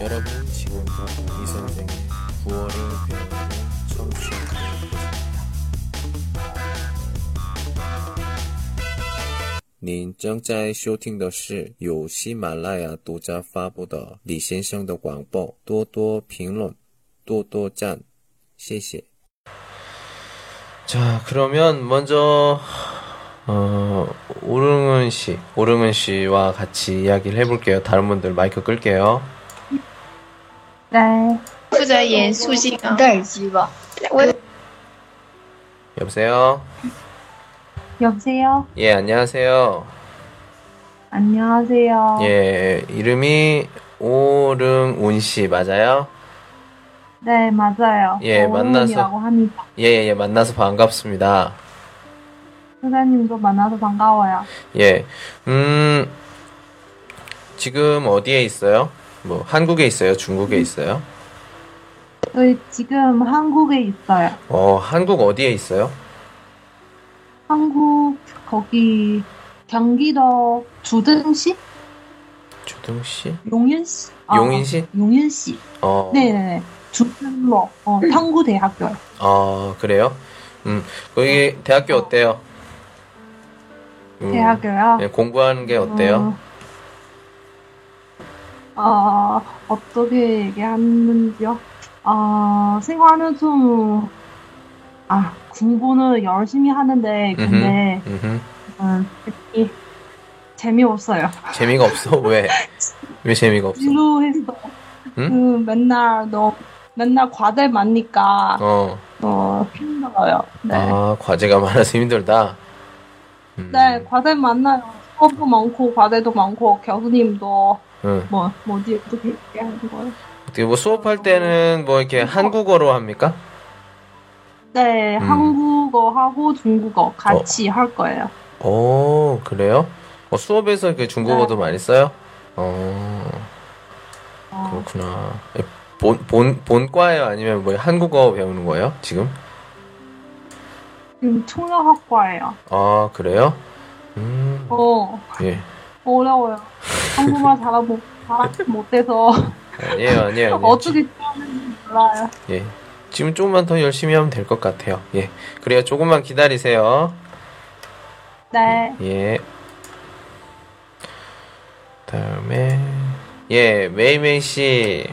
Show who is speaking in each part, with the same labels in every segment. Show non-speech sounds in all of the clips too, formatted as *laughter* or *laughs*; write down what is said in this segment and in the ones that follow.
Speaker 1: 여러분 지금 이 선생의 9월을 배우는 청취하고您正在收听的是由喜马拉雅独家发布的李先生的广播，多多评论，多多赞，谢谢。 자, 그러면 먼저 어, 오릉은 씨, 오릉은 씨와 같이 이야기를 해볼게요. 다른 분들 마이크 끌게요.
Speaker 2: 来
Speaker 3: 负责严肃性啊。
Speaker 2: 戴耳机吧。
Speaker 1: 여보세요.
Speaker 2: 여보세요.
Speaker 1: 예, 안녕하세요.
Speaker 2: 안녕하세요.
Speaker 1: 예, 이름이 오릉운 씨 맞아요?
Speaker 2: 네 맞아요.
Speaker 1: 예, 만나서-
Speaker 2: 라고 합니다.
Speaker 1: 예, 예, 예, 만나서 반갑습니다.
Speaker 2: 선생님도 만나서 반가워요.
Speaker 1: 예, 음, 지금 어디에 있어요? 뭐 한국에 있어요? 중국에 있어요?
Speaker 2: 저희 지금 한국에 있어요.
Speaker 1: 어, 한국 어디에 있어요?
Speaker 2: 한국 거기 경기도 주등시
Speaker 1: 주동 씨,
Speaker 2: 용인시 아,
Speaker 1: 용인시?
Speaker 2: 용인시
Speaker 1: 어,
Speaker 2: 어. 네네네 주등로 어, 탐구대학교 요
Speaker 1: 어, 그래요? 음, 거기 대학교 어때요? 음,
Speaker 2: 네. 대학교요.
Speaker 1: 예, 공부하는 게 어때요?
Speaker 2: 어, 어, 어떻게 얘기하는지요? 어, 생활은 좀, 아, 공부는 열심히 하는데, 근데,
Speaker 1: 음흠.
Speaker 2: 음, 특히 재미없어요.
Speaker 1: 재미가 없어? 왜? 왜 재미가 없어?
Speaker 2: 진로해서,
Speaker 1: 응?
Speaker 2: 그, 맨날, 너, 맨날 과제 많으니까,
Speaker 1: 어,
Speaker 2: 어, 힘들어요. 네.
Speaker 1: 아, 과제가 *laughs* 많아서 힘들다. 음,
Speaker 2: 네, 과제 많아요. 수업도 많고, 과제도 많고, 교수님도,
Speaker 1: 음.
Speaker 2: 뭐, 뭐지, 어떻게 얘기하는 거예요?
Speaker 1: 어떻게 뭐 수업할 때는 뭐 이렇게 한국어로 합니까?
Speaker 2: 네,
Speaker 1: 음.
Speaker 2: 한국어하고 중국어 같이 할 거예요.
Speaker 1: 오, 그래요? 어, 수업에서 그 중국어도 많이 써요? 어,
Speaker 2: 어,
Speaker 1: 그렇구나. 본, 본, 본과예요? 아니면 뭐 한국어 배우는 거예요? 지금?
Speaker 2: 지금 통역학과예요.
Speaker 1: 아, 그래요? 음,
Speaker 2: 어,
Speaker 1: 예.
Speaker 2: 어려워요. 한국말 잘하고 잘하지 못해서
Speaker 1: 아니에요, 아니에요. 아니에요.
Speaker 2: *laughs* 어떻게 하는지 몰라요.
Speaker 1: 예. 지금 조금만 더 열심히 하면 될 것 같아요. 예. 그래요. 조금만 기다리세요.
Speaker 2: 네,
Speaker 1: 예. 다음에 예, 메이메이 씨.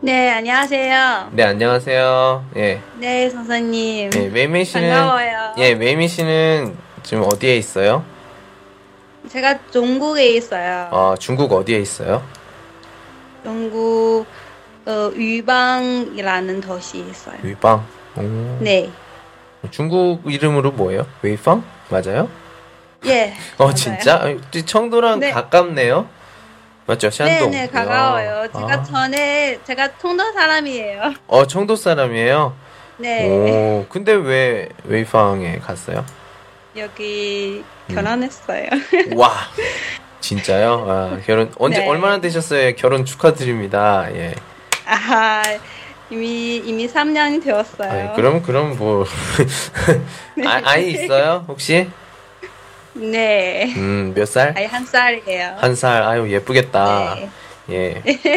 Speaker 3: 네, 안녕하세요.
Speaker 1: 네, 안녕하세요. 예.
Speaker 3: 네, 선생님.
Speaker 1: 예, 메이메이 씨는
Speaker 3: 반가워요.
Speaker 1: 예, 메이메이 씨는 지금 어디에 있어요?
Speaker 3: 제가 중국에 있어요.
Speaker 1: 아, 중국 예. 어디에 있어요?
Speaker 3: 중국 어, 위방이라는 도시에 있어요.
Speaker 1: 위방. 오.
Speaker 3: 네.
Speaker 1: 중국 이름으로 뭐예요? 웨이팡? 맞아요?
Speaker 3: 예.
Speaker 1: 어,
Speaker 3: 맞아요.
Speaker 1: 진짜? 아니, 청도랑
Speaker 3: 네.
Speaker 1: 가깝네요. 맞죠?
Speaker 3: 네,
Speaker 1: 샨동.
Speaker 3: 네, 가까워요.
Speaker 1: 아.
Speaker 3: 제가 전에 제가 통도 사람이에요.
Speaker 1: 어, 청도 사람이에요?
Speaker 3: 네.
Speaker 1: 오, 근데 왜 웨이팡에 갔어요?
Speaker 3: 여기
Speaker 1: 음.
Speaker 3: 결혼했어요. *laughs*
Speaker 1: 와, 진짜요? 아, 결혼 언제
Speaker 3: 네.
Speaker 1: 얼마나 되셨어요? 예, 결혼 축하드립니다. 예.
Speaker 3: 아, 이미 이미 3년이 되었어요.
Speaker 1: 아니, 그럼 그럼 뭐 *laughs* 아, 아이 있어요? 혹시?
Speaker 3: 네.
Speaker 1: 음, 몇 살?
Speaker 3: 아이 한 살이에요.
Speaker 1: 한 살. 아유, 예쁘겠다.
Speaker 3: *laughs* 네. 아.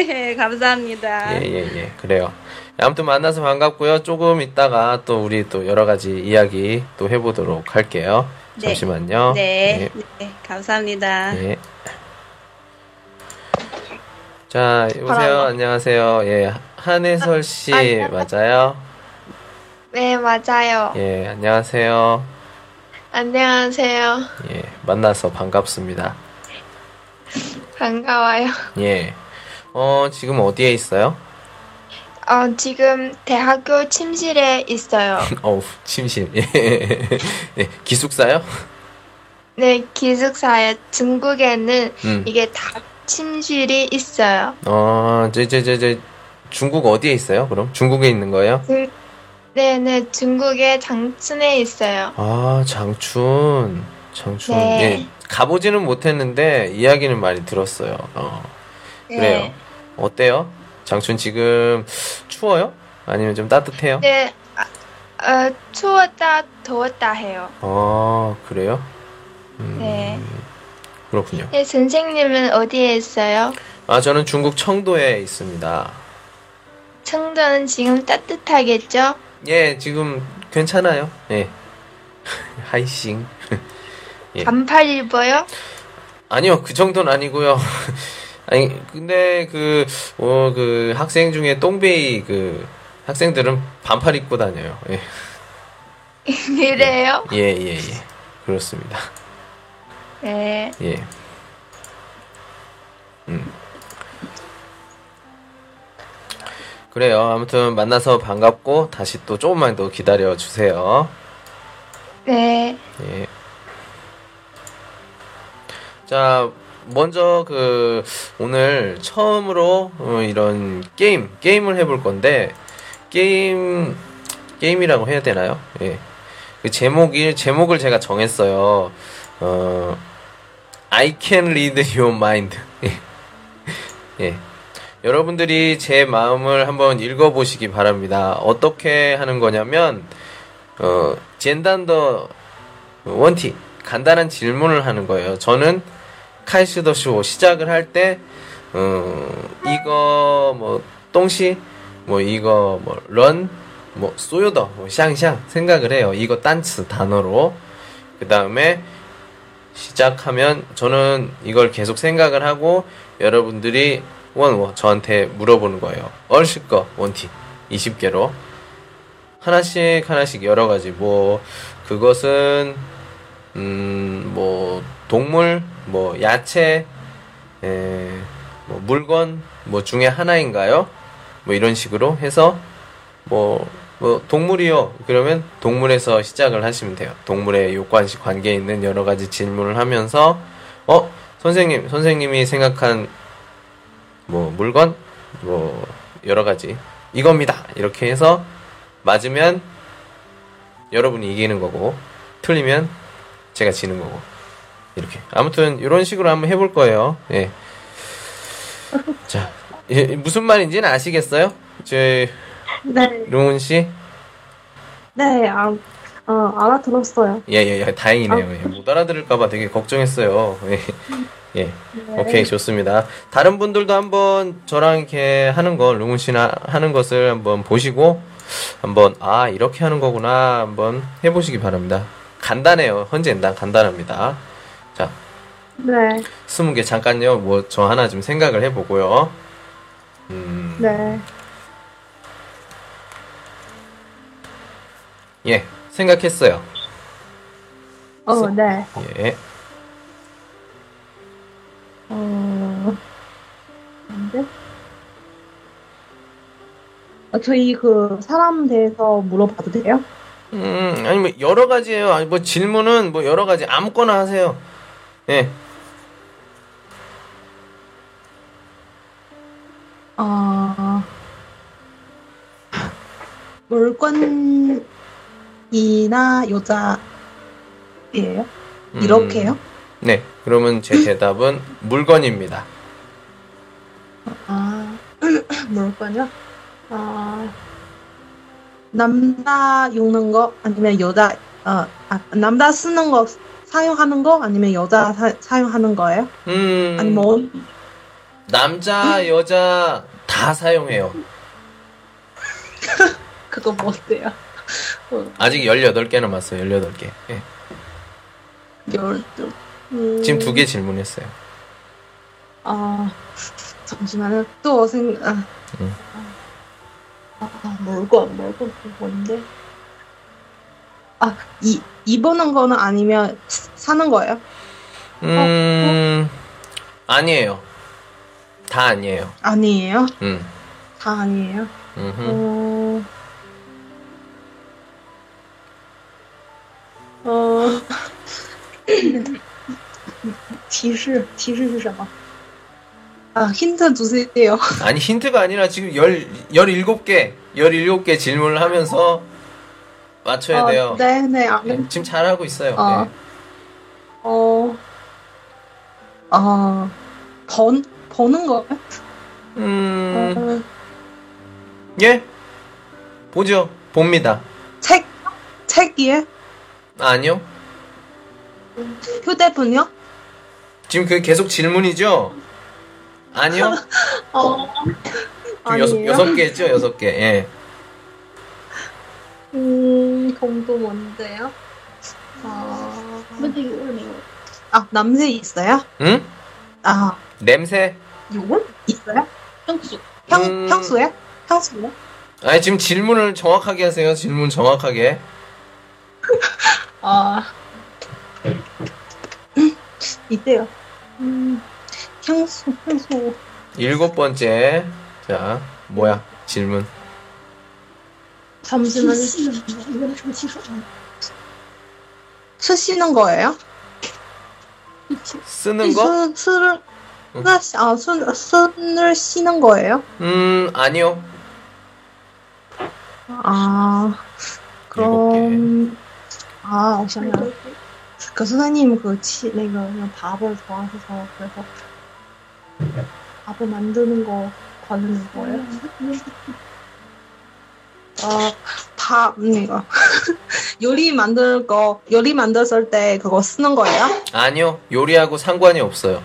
Speaker 1: 예.
Speaker 3: 감사합니다.
Speaker 1: 예, 예, 예. 그래요. 아무튼 만나서 반갑고요. 조금 있다가 또 우리 또 여러 가지 이야기 또 해보도록 할게요.
Speaker 3: 네.
Speaker 1: 잠시만요.
Speaker 3: 네,
Speaker 1: 예.
Speaker 3: 네, 감사합니다.
Speaker 1: 예. 자, 여보세요.
Speaker 4: 바람아.
Speaker 1: 안녕하세요. 예, 한혜설 씨
Speaker 4: 아니, 예.
Speaker 1: 맞아요?
Speaker 4: 네, 맞아요.
Speaker 1: 예, 안녕하세요.
Speaker 4: 안녕하세요.
Speaker 1: 예, 만나서 반갑습니다.
Speaker 4: 반가워요.
Speaker 1: 예. 어, 지금 어디에 있어요?
Speaker 4: 어, 지금 대학교 침실에
Speaker 1: *laughs*
Speaker 4: 있어요.
Speaker 1: 어우, 침실. 예. 예, 기숙사요?
Speaker 4: 네, 기숙사에 중국에는
Speaker 1: 음.
Speaker 4: 이게 다 침실이 있어요.
Speaker 1: 어, 저, 저, 저, 저, 중국 어디에 있어요? 그럼 중국에 있는 거예요?
Speaker 4: 그- 네, 네, 중국의 장춘에 있어요.
Speaker 1: 아, 장춘. 장춘.
Speaker 4: 네.
Speaker 1: 예. 가보지는 못했는데 이야기는 많이 들었어요. 어.
Speaker 4: 네.
Speaker 1: 그래요. 어때요? 장춘 지금 추워요? 아니면 좀 따뜻해요?
Speaker 4: 네, 아, 어, 추웠다, 더웠다 해요.
Speaker 1: 아 그래요? 음,
Speaker 4: 네.
Speaker 1: 그렇군요.
Speaker 4: 네, 선생님은 어디에 있어요?
Speaker 1: 아, 저는 중국 청도에 있습니다.
Speaker 4: 청도는 지금 따뜻하겠죠?
Speaker 1: 예, 지금 괜찮아요. 예. *laughs* 하이싱. 예.
Speaker 4: 반팔 입어요? *laughs*
Speaker 1: 아니요, 그 정도는 아니고요. *laughs* 아니, 근데 그, 어, 그 학생 중에 똥배이 그 학생들은 반팔 입고 다녀요. 예,
Speaker 4: 이래요?
Speaker 1: 예, 예. 예. 그렇습니다.
Speaker 4: 네.
Speaker 1: 예. 음. 그래요. 아무튼 만나서 반갑고 다시 또 조금만 더 기다려 주세요.
Speaker 4: 네.
Speaker 1: 예. 자, 먼저 그 오늘 처음으로 어, 이런 게임 게임을 해볼 건데 게임 게임이라고 해야 되나요? 예. 그 제목이 제목을 제가 정했어요. 어, I can read your mind. *laughs* 예. 예. 여러분들이 제 마음을 한번 읽어보시기 바랍니다. 어떻게 하는 거냐면 어, 젠단더 원티 간단한 질문을 하는 거예요. 저는 카이스더쇼 시작을 할 때 어, 이거 뭐 똥시 뭐 이거 뭐런뭐 소요더 뭐 샹샹 생각을 해요. 이거 단츠 단어로 그 다음에 시작하면 저는 이걸 계속 생각을 하고 여러분들이 원원 저한테 물어보는 거예요. 얼실 거 원티 20개로 하나씩 하나씩 여러 가지 뭐 그것은 음, 뭐, 동물, 뭐, 야채, 에, 뭐, 물건, 뭐, 중에 하나인가요? 뭐, 이런 식으로 해서, 뭐, 뭐, 동물이요. 그러면 동물에서 시작을 하시면 돼요. 동물의 요관식 관계에 있는 여러 가지 질문을 하면서, 어, 선생님, 선생님이 생각한, 뭐, 물건, 뭐, 여러 가지. 이겁니다. 이렇게 해서, 맞으면, 여러분이 이기는 거고, 틀리면, 제가 지는 거고 이렇게 아무튼 이런 식으로 한번 해볼 거예요. 예. 자 예, 무슨 말인지는 아시겠어요? 제
Speaker 5: 네,
Speaker 1: 룡은 씨,
Speaker 5: 네, 아, 어, 알아들었어요.
Speaker 1: 예예예 다행이네요. 예, 못 알아들을까봐 되게 걱정했어요. 예. 예. 오케이 좋습니다. 다른 분들도 한번 저랑 이렇게 하는 거 룡은 씨나 하는 것을 한번 보시고 한번 아 이렇게 하는 거구나 한번 해보시기 바랍니다. 간단해요. 헌젠단 간단합니다. 자
Speaker 5: 네,
Speaker 1: 스무 개 잠깐요. 뭐 저 하나 좀 생각을 해보고요. 음,
Speaker 5: 네,
Speaker 1: 예, 생각했어요.
Speaker 5: 어, 네,
Speaker 1: 예,
Speaker 5: 어, 뭔데? 아, 저희 그 사람 대해서 물어봐도 돼요?
Speaker 1: 음, 아니 뭐 여러 가지예요. 아니 뭐 질문은 뭐 여러 가지 아무거나 하세요. 예,
Speaker 5: 아, 물건이나 여자예요?
Speaker 1: 음,
Speaker 5: 이렇게요?
Speaker 1: 네, 그러면 제 대답은 물건입니다.
Speaker 5: 아, *clears throat* 물건이요? 아, 남자用는 거 아니면 여자, 어, 아, 남자 쓰는 거 사용하는 거 아니면 여자 사, 용하는 거예요?
Speaker 1: 음,
Speaker 5: 아니 뭐
Speaker 1: 남자 여자 다 사용해요.
Speaker 5: 그거 뭐 뭔데요?
Speaker 1: 아직 18개 남았어요. 18개. 예,
Speaker 5: 열, 열 음,
Speaker 1: 지금 두 개 질문했어요.
Speaker 5: 아, 잠시만요. 또 어생, 아,
Speaker 1: 음.
Speaker 5: 아, 아, 물건, 물건 그 뭔데? 아, 이 입어는 거는 아니면 사는 거예요? 어,
Speaker 1: 음, 아니에요. 다 아니에요.
Speaker 5: 아니에요?
Speaker 1: 음,
Speaker 5: 다 아니에요?
Speaker 1: 음흠.
Speaker 5: 어... 어... 提示提示是什么？아 힌트 주세요.
Speaker 1: 아니 힌트가 아니라 지금 열 17개 17개 질문을 하면서 맞춰야 돼요.
Speaker 5: 어, 아, 네네
Speaker 1: 네,
Speaker 5: 알겠.
Speaker 1: 지금 잘하고 있어요.
Speaker 5: 어.
Speaker 1: 네.
Speaker 5: 어. 어. 번 버는 거요?
Speaker 1: 음.
Speaker 5: 어,
Speaker 1: 예. 보죠. 봅니다.
Speaker 5: 책 책이에요?
Speaker 1: 아니요.
Speaker 5: 휴대폰요?
Speaker 1: 지금 그게 계속 질문이죠? 아니요?
Speaker 5: *laughs* 어.
Speaker 1: 그럼 여섯,
Speaker 5: 아니에요?
Speaker 1: 여섯 개죠? 여섯 개. 예.
Speaker 5: 음, 공도 뭔데요? 아, 아, 남새 있어요?
Speaker 1: 응?
Speaker 5: 아,
Speaker 1: 냄새?
Speaker 5: 요건? 있어요? 평,
Speaker 1: 음.
Speaker 5: 평소에? 평소에?
Speaker 1: 아니, 지금 질문을 정확하게 하세요. 질문 정확하게.
Speaker 5: 아, 있대요. 음, 평소, 평소.
Speaker 1: 일곱 번째. 자, 뭐야? 질문.
Speaker 5: 잠시만요. 쓰시는 거예요?
Speaker 1: 쓰는 거?
Speaker 5: 수, 술을, 쓰- 아, 술, 술을 쉬는 거예요?
Speaker 1: 음, 아니요.
Speaker 5: 아, 그럼, 아, 오셨나요? 그 선생님 그 치, 네, 그 밥을 좋아하셔서 그래서 밥을 만드는 거 관련된 거예요? 아, 밥, 네, 이거. *laughs* 요리 만들 거, 요리 만들었을 때 그거 쓰는 거예요?
Speaker 1: 아니요. 요리하고 상관이 없어요.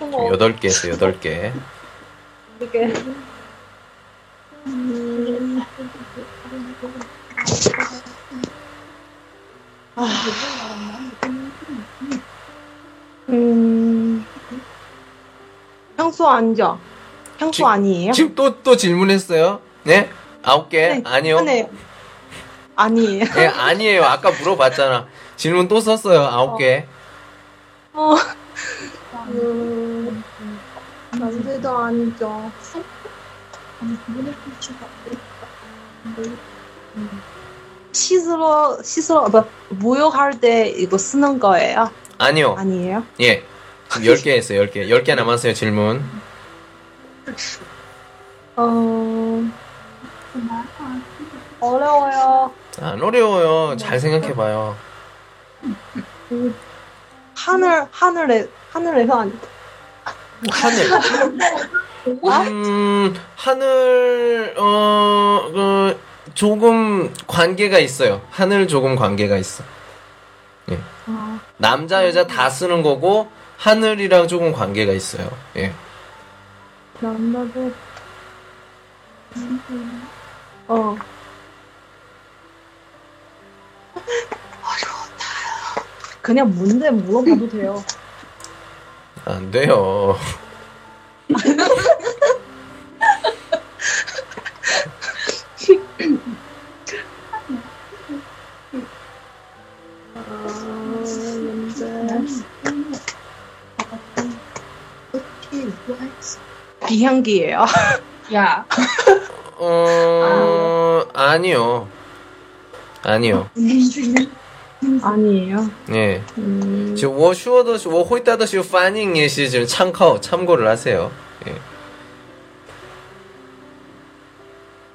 Speaker 5: 어머,
Speaker 1: 여덟 개에서 여덟 개.
Speaker 5: 이게. 음, 아. 음, 평소 아니죠? 평소
Speaker 1: 지-
Speaker 5: 아니에요?
Speaker 1: 지금 또, 또 질문했어요? 네? 아홉 개?
Speaker 5: 네,
Speaker 1: 아니요.
Speaker 5: 네. 아니에요.
Speaker 1: 예, 아니에요. 아까 물어봤잖아. 질문 또 썼어요. 아홉 개.
Speaker 5: 어. 음, 남들도 아니죠. 시스로 시스로 뭐, 모욕할 때 이거 쓰는 거예요?
Speaker 1: 아니요.
Speaker 5: 아니에요?
Speaker 1: 예. 지금 열 개 했어요. 열 개. 열 개 남았어요. 질문.
Speaker 5: 어 어려워요.
Speaker 1: 안 어려워요. 잘 생각해봐요.
Speaker 5: 하늘 하늘에 하늘에서 아니.
Speaker 1: 하늘.
Speaker 5: 아?
Speaker 1: 음, 하늘, 어, 그, 조금 관계가 있어요. 하늘 조금 관계가 있어. 예.
Speaker 5: 아,
Speaker 1: 남자, 여자 다 쓰는 거고, 하늘이랑 조금 관계가 있어요. 예.
Speaker 5: 남자도 어 그냥 뭔데 물어봐도 돼요.
Speaker 1: 안 돼요.
Speaker 5: 비향기예요.
Speaker 6: 야,
Speaker 1: 어, 아니요. 아니요.
Speaker 5: 아니에요.
Speaker 1: 예.
Speaker 5: 음,
Speaker 1: 就我说的是我会带的是翻译也是就是参考참고를하세요 예.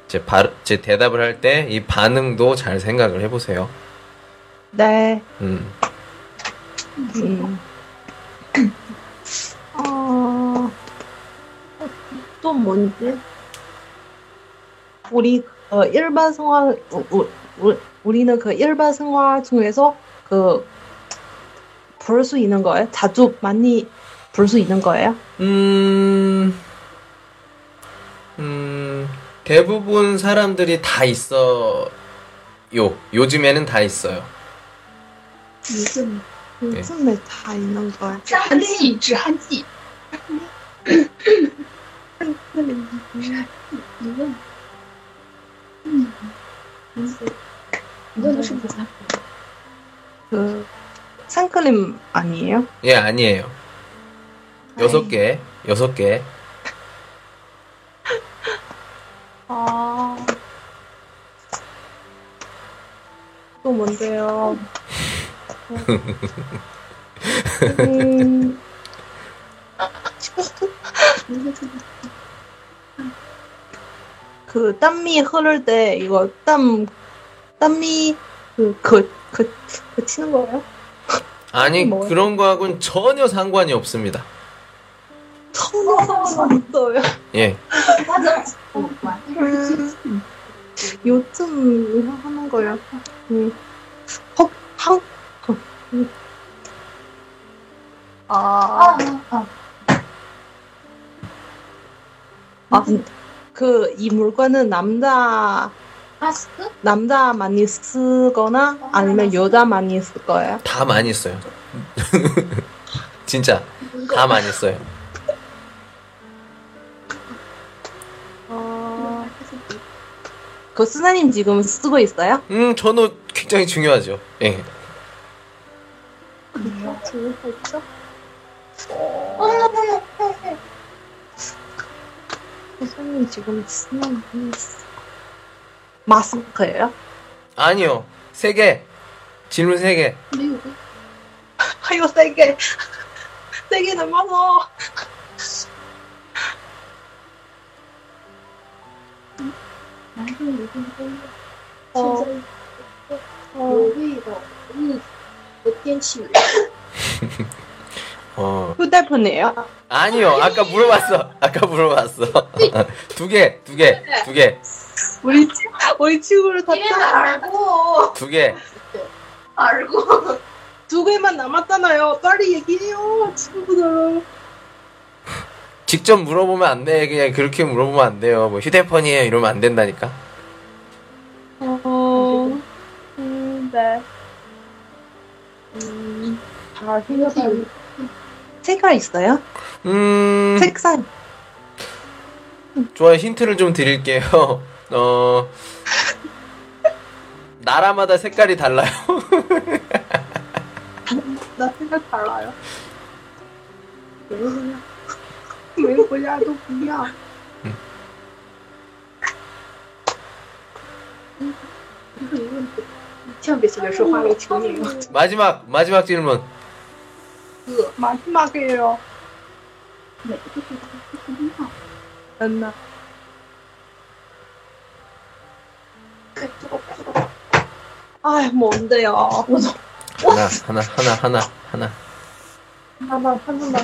Speaker 1: 제 발, 제 대답을 할 때 이 반응도 잘 생각을 해보세요.
Speaker 5: 네.
Speaker 1: 음.
Speaker 5: 음. 어, 또 뭔지? 우리 어, 일반 생활 우, 우, 우, 우리는 그 일반 생활 중에서 그 볼 수 있는 거예요? 자주 많이 볼 수 있는 거예요?
Speaker 1: 음, 음, 대부분 사람들이 다 있어요. 요즘에는 다 있어요.
Speaker 5: 요즘 요즘에 다 있는 거예요.
Speaker 6: 汉记止汗剂，
Speaker 5: 그 생크림 아니에요?
Speaker 1: 예, 아니에요. 여섯 개, 여섯 개.
Speaker 5: 아. 또 뭔데요? 어. 음. 그 땀이 흐를 때 이거 땀 땀이 그그그 그, 그 치는 거예요?
Speaker 1: 아니,
Speaker 5: 뭐예요?
Speaker 1: 그런 거하고는 전혀 상관이 없습니다.
Speaker 5: 처음 요
Speaker 1: 예.
Speaker 5: 어, 음, 요즘 하는 거요. 음, 헉, 헉, 헉, 음.
Speaker 4: 어,
Speaker 5: 그 이 물건은 남자
Speaker 6: 마스크? 어,
Speaker 5: 남자 많이 쓰거나 아니면 여자 많이 쓸 거예요.
Speaker 1: 다 많이 써요. *laughs* 진짜 다 많이 써요.
Speaker 5: 그 스나님 지금 쓰고 있어요?
Speaker 1: 음, 저는 굉장히 중요하죠. 예.
Speaker 6: 그
Speaker 4: 선생님 지금 쓰는
Speaker 5: 마스크예요?
Speaker 1: 아니요. 세 개. 질문 세 개.
Speaker 6: 네.
Speaker 5: 이거 세게 *laughs* 세게 넘어서
Speaker 6: 어.
Speaker 4: 有味道，嗯，我电器。
Speaker 1: 어.
Speaker 5: 휴대폰이에요?
Speaker 1: 아니요. 아까 물어봤어. 아까 물어봤어. *laughs* 두 개, 두 개, 두 개,
Speaker 5: 우리 친 우리 친구를
Speaker 6: 이래 알고
Speaker 1: 두 개.
Speaker 6: 알고
Speaker 5: 다두 개만 남았잖아요. 빨리 얘기해요, 친구들.
Speaker 1: 직접 물어보면 안 돼. 그냥 그렇게 물어보면 안 돼요. 뭐 휴대폰이에요. 이러면 안 된다니까.
Speaker 5: 어,
Speaker 3: 음, 네.
Speaker 5: 아, 책가 있어요?
Speaker 1: 음.
Speaker 5: 책상.
Speaker 1: 좋아요. 힌트를 좀 드릴게요. *laughs* 어. 나라마다 색깔이 달라요.
Speaker 5: 나 생각 달라요. *laughs* 왜 그냥 도 그냥. *laughs*
Speaker 1: 마지막 마지막 질문.
Speaker 5: 그 마지막이에요. 네, 맨날. 아, 뭔데요.
Speaker 1: 하나 하나 하나 하나 하나.
Speaker 5: 하나, 하나.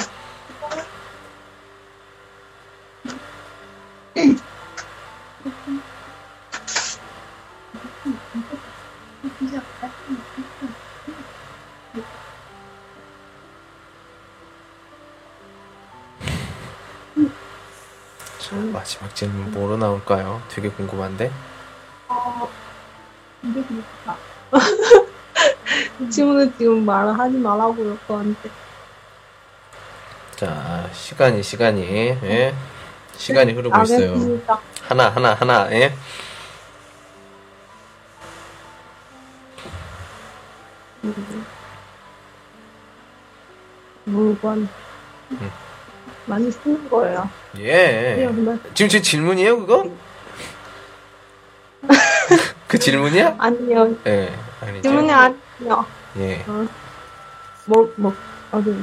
Speaker 1: 자, 마지막 질문 뭐로 나올까요? 되게 궁금한데.
Speaker 5: 친구는 지금 말을 하지 말라고요, 저한테.
Speaker 1: 자, 시간이 시간이 예. 시간이
Speaker 5: 아,
Speaker 1: 흐르고
Speaker 5: 네,
Speaker 1: 있어요.
Speaker 5: 알겠습니다.
Speaker 1: 하나 하나 하나 예.
Speaker 5: 물건.
Speaker 1: 음.
Speaker 5: 많이 쓰는 거예요.
Speaker 1: 예.
Speaker 5: 근데
Speaker 1: 지금 제 질문이에요, 그거? *laughs* 그 질문이야?
Speaker 5: 아니요.
Speaker 1: 예. 아니죠.
Speaker 5: 질문이 아니요.
Speaker 1: 예.
Speaker 5: 뭐, 뭐, 어디,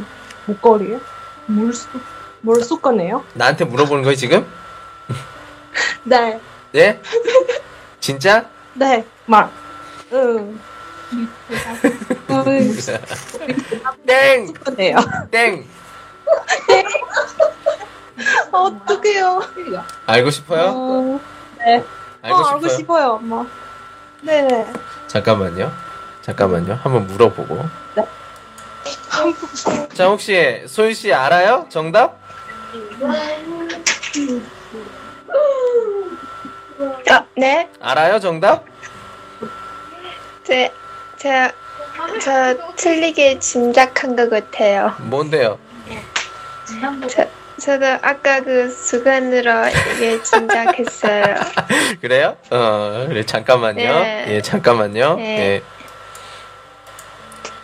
Speaker 5: 목걸이요? 물수, 물수 거네요?
Speaker 1: 나한테 물어보는 거예요, 지금?
Speaker 5: 네,
Speaker 1: 예?
Speaker 5: *laughs*
Speaker 1: 진짜?
Speaker 5: 네, 말. 응. 물수
Speaker 1: 땡!
Speaker 5: 거네요.
Speaker 1: 땡!
Speaker 5: *laughs* 어떡해요.
Speaker 1: 알고 싶어요?
Speaker 5: 어,
Speaker 1: 알고
Speaker 5: 어,
Speaker 1: 싶어요?
Speaker 5: 알고 싶어요, 엄마. 네.
Speaker 1: 잠깐만요. 잠깐만요. 한번 물어보고.
Speaker 5: 네.
Speaker 1: 자, 혹시 소희 씨 알아요? 정답?
Speaker 4: 아, 네,
Speaker 1: 알아요? 정답?
Speaker 4: 제, 제가 저 틀리게 짐작한 것 같아요.
Speaker 1: 뭔데요?
Speaker 4: 저도 아까 그 수건으로 이게 짐작했어요.
Speaker 1: 그래요? 어, 그래, 잠깐만요.
Speaker 4: 네.
Speaker 1: 예, 잠깐만요.
Speaker 4: 네.
Speaker 1: 예.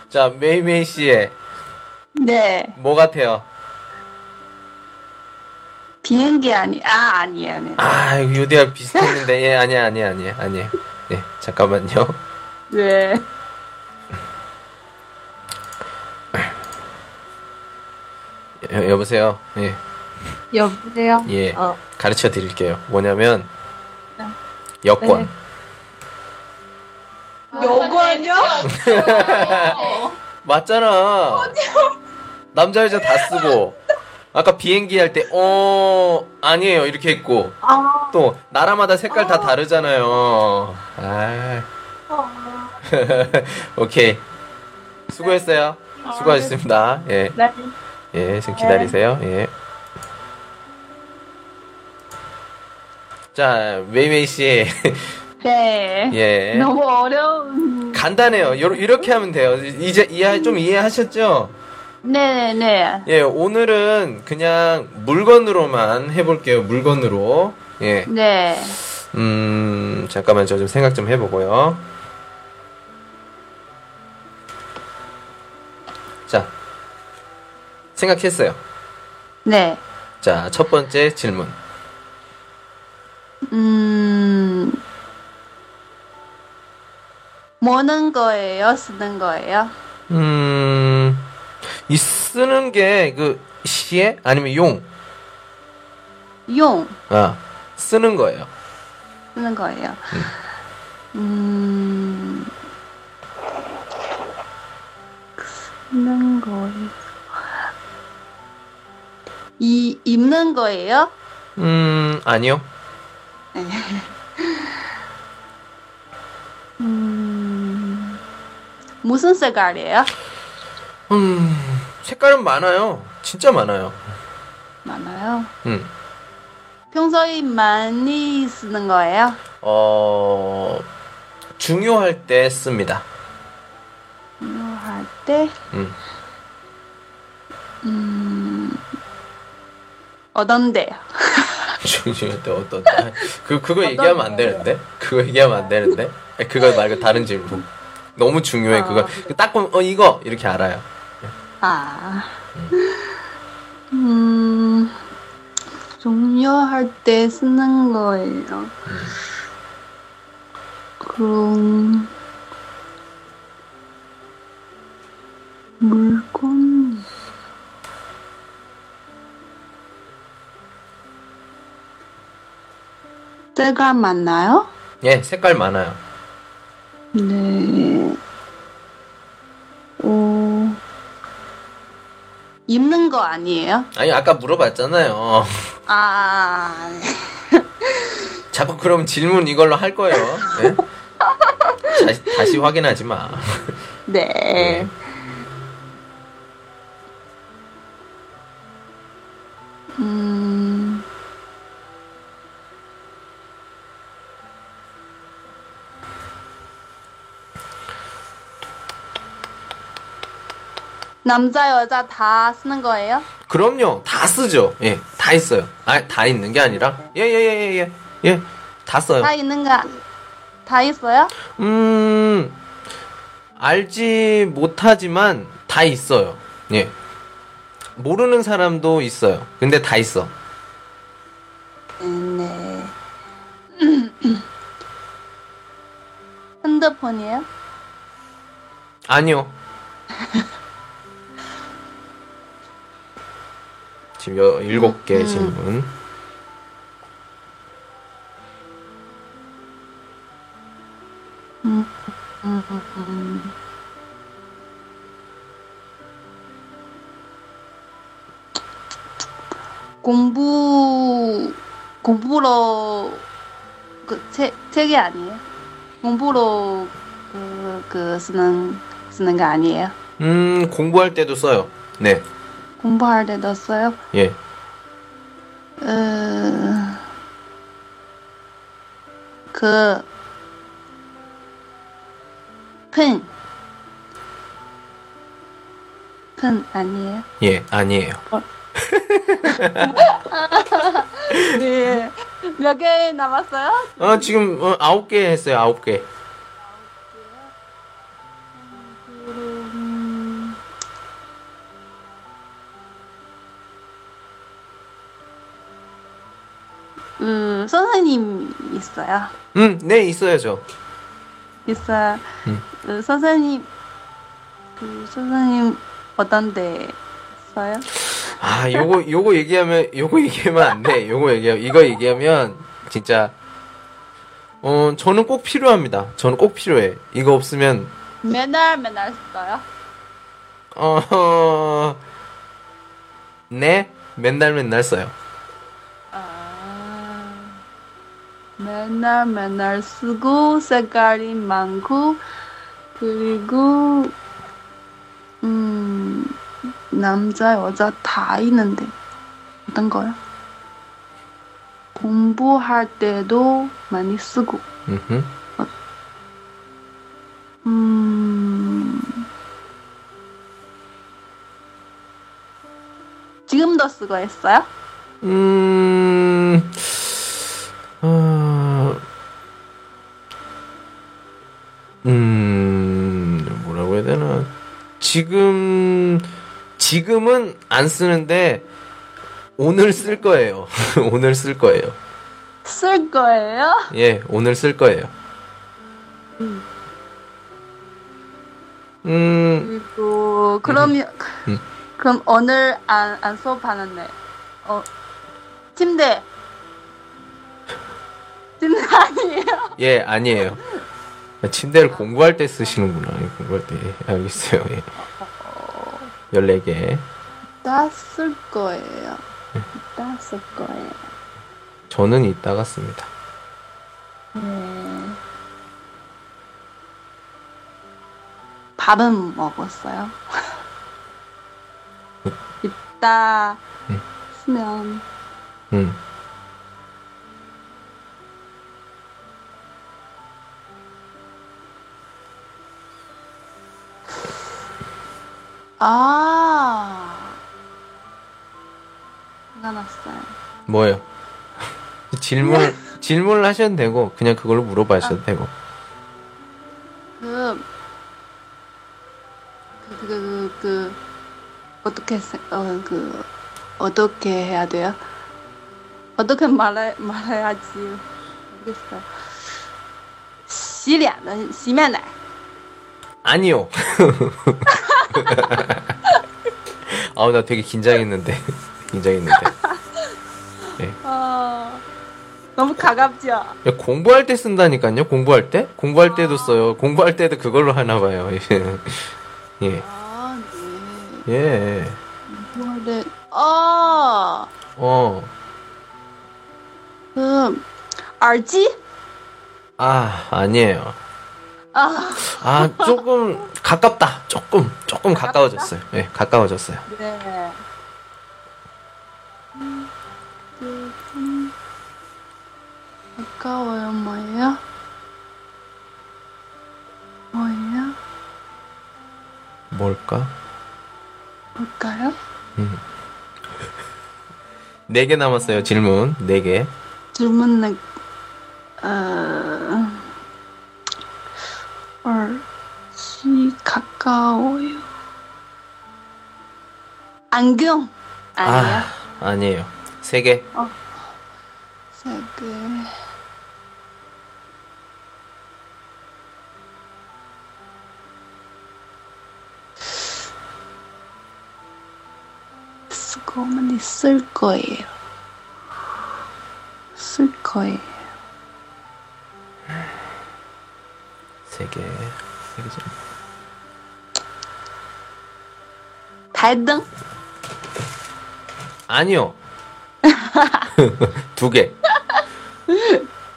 Speaker 1: 자, 메이메이 씨의
Speaker 3: 네.
Speaker 1: 뭐 같아요?
Speaker 3: 비행기 아니, 아, 아니에요. 네.
Speaker 1: 아, 이거 요대가 비슷했는데. 예, 아니야, 아니야, 아니야, 아니야. 예, 잠깐만요.
Speaker 3: 네.
Speaker 1: 여, 여보세요. 예,
Speaker 5: 여보세요?
Speaker 1: 예.
Speaker 5: 어.
Speaker 1: 가르쳐 드릴게요. 뭐냐면,
Speaker 4: 네.
Speaker 1: 여권.
Speaker 5: 여관이요?
Speaker 1: 맞잖아. 남자 여자 다 쓰고 아까 비행기 할 때 어, 아니에요. 이렇게 했고.
Speaker 5: 아,
Speaker 1: 또 나라마다 색깔 다 다르잖아요. *laughs* 아. 오케이. 수고했어요.
Speaker 5: 네.
Speaker 1: 수고하셨습니다. 예.
Speaker 3: 네.
Speaker 1: 예, 지금 기다리세요. 예. 자, 웨이웨이 씨.
Speaker 3: 네.
Speaker 1: 예.
Speaker 3: *laughs* 너무 어려운.
Speaker 1: 간단해요. 요, 이렇게 하면 돼요. 이제 이해 좀 이해하셨죠?
Speaker 3: 네네.
Speaker 1: 예, 오늘은 그냥 물건으로만 해볼게요. 물건으로. 예.
Speaker 3: 네.
Speaker 1: 음, 잠깐만 저 좀 생각 좀 해보고요. 자, 생각했어요.
Speaker 3: 네.
Speaker 1: 자, 첫 번째 질문.
Speaker 3: 음. 뭐는 거예요? 쓰는 거예요?
Speaker 1: 음, 이 쓰는 게 그 시에 아니면 용,
Speaker 3: 용.
Speaker 1: 아 쓰는 거예요.
Speaker 3: 쓰는 거예요. 음. 쓰는 거예요. 이 입는 거예요?
Speaker 1: 음, 아니요.
Speaker 3: 음. 무슨 색깔이에요?
Speaker 1: 음, 색깔은 많아요. 진짜 많아요.
Speaker 3: 많아요.
Speaker 1: 음,
Speaker 3: 평소에 많이 쓰는 거예요?
Speaker 1: 어, 중요할 때 씁니다.
Speaker 3: 공유할 때?
Speaker 1: 음. *laughs*
Speaker 3: 음. 어떤데요?
Speaker 1: 중요할 때 어떤 때? 그 그거 얘기하면 안 되는데? 그거 얘기하면 안 되는데? 아니, 그거 말고 다른 질문. 너무 중요해 그거. 딱 보면 어 이거 이렇게 알아요.
Speaker 3: 아. 음. 종료할 때 쓰는 거예요. 그럼. 물건. 때가 맞나요?
Speaker 1: 예, 색깔 많아요.
Speaker 3: 네. 오. 입는 거 아니에요?
Speaker 1: 아니 아까 물어봤잖아요.
Speaker 3: 아.
Speaker 1: 자꾸 그럼 질문 이걸로 할 거예요. 예? 다시, 다시 확인하지 마.
Speaker 3: 네. 음. 남자 여자 다 쓰는 거예요?
Speaker 1: 그럼요, 다 쓰죠. 예, 다 있어요. 아, 다 있는 게 아니라 예예예예 예, 예, 예, 다 써요.
Speaker 3: 다 있는 거 다 있어요?
Speaker 1: 음 알지 못하지만 다 있어요. 예 모르는 사람도 있어요. 근데 다 있어.
Speaker 3: 네. 핸드폰이에요?
Speaker 1: 아니요. 지금 여, 일곱 개
Speaker 3: 음.
Speaker 1: 질문.
Speaker 3: 공부 공부로 그책 책이 아니에요? 공부로 그, 그 쓰는 쓰는 거 아니에요?
Speaker 1: 음 공부할 때도 써요. 네.
Speaker 3: 공부할 때 넣었어요?
Speaker 1: 예.
Speaker 3: 어, 그, 펜. 펜 아니에요?
Speaker 1: 예. 아니에요.
Speaker 3: 네. 몇 개 남았어요?
Speaker 1: 아 지금 어, 아홉 개 했어요. 아홉 개.
Speaker 3: 음, 음, 선생님 있어요?
Speaker 1: 음. 네 있어야죠.
Speaker 3: 있어요.
Speaker 1: 음.
Speaker 3: 그 선생님, 그 선생님 어떤데 있어요?
Speaker 1: 아, 요거 요거 얘기하면 요거 얘기하면 안 돼. 요거 얘기하 이거 얘기하면 진짜 어, 저는 꼭 필요합니다. 저는 꼭 필요해. 이거 없으면
Speaker 3: 맨날 맨날 써요?
Speaker 1: 어, 어 네. 맨날 맨날 써요.
Speaker 3: 아, 맨날 맨날 쓰고 색깔이 많고 그리고 음 남자 여자 다 있는데 어떤 거야? 공부할 때도 많이 쓰고
Speaker 1: 음흠.
Speaker 3: 음 지금도 쓰고 있어요?
Speaker 1: 음, 어, 음, 뭐라고 해야 되나. 지금, 지금은 안 쓰는데, 오늘 쓸 거예요. *laughs* 오늘 쓸 거예요.
Speaker 3: 쓸 거예요?
Speaker 1: 예, 오늘 쓸 거예요. 음,
Speaker 3: 그리고 그러면
Speaker 1: 음.
Speaker 3: 그럼 오늘 안, 안 수업하는데 어 침대 침대 아니에요?
Speaker 1: 예, 아니에요. 침대를 공부할 때 쓰시는구나. 예, 공부할 때. 예, 알겠어요. 예. 14개.
Speaker 3: 다 쓸 거예요.
Speaker 1: 음.
Speaker 3: 다 쓸 거예요.
Speaker 1: 저는 이따가 씁니다.
Speaker 3: 네. 밥은 먹었어요. 이따
Speaker 1: 음.
Speaker 3: 쓰면
Speaker 1: 음.
Speaker 3: 아 생각났어요.
Speaker 1: 뭐예요? *laughs* 질문, 질문을 하셔도 되고, 그냥 그걸로 물어봐셔도 되고.
Speaker 3: 그, 그, 그, 그, 그, 어떻게, 세- 어, 그, 어떻게 해야 돼요? 어떻게 말해, 말해야지. 모르겠어요. 시련은 시면에
Speaker 1: 아니요. *laughs* 아우, 나 되게 긴장했는데. *laughs* 긴장했는데.
Speaker 3: 어, 너무 가깝죠?
Speaker 1: 야, 공부할 때 쓴다니까요. 공부할 때? 공부할 때도 써요. 공부할 때도 그걸로 하나 봐요. *laughs* 예. 예.
Speaker 3: 아, 네.
Speaker 1: 예.
Speaker 3: 뭐래, 어,
Speaker 1: 어.
Speaker 3: 그, 알지?
Speaker 1: 아, 아니에요.
Speaker 3: 아,
Speaker 1: 아, 조금 가깝다. 조금 조금 가까워졌어요. 예, 가까워졌어요.
Speaker 3: 네. 음, 그, 음, 아까워요, 뭐예요? 뭐예요?
Speaker 1: 뭘까? 음.
Speaker 3: 뭘까요?
Speaker 1: 네 개 남았어요. 질문. 네 개.
Speaker 3: 질문은, 어, 얼씨 가까워요. 안경! 아니야.
Speaker 1: 아, 아니에요. 세 개.
Speaker 3: 어, 세계 수고만 있을 거예요. 쓸 거예요.
Speaker 1: 세 개. 세 개죠.
Speaker 3: 발등 *laughs*
Speaker 1: 아니요. *laughs* 두 개.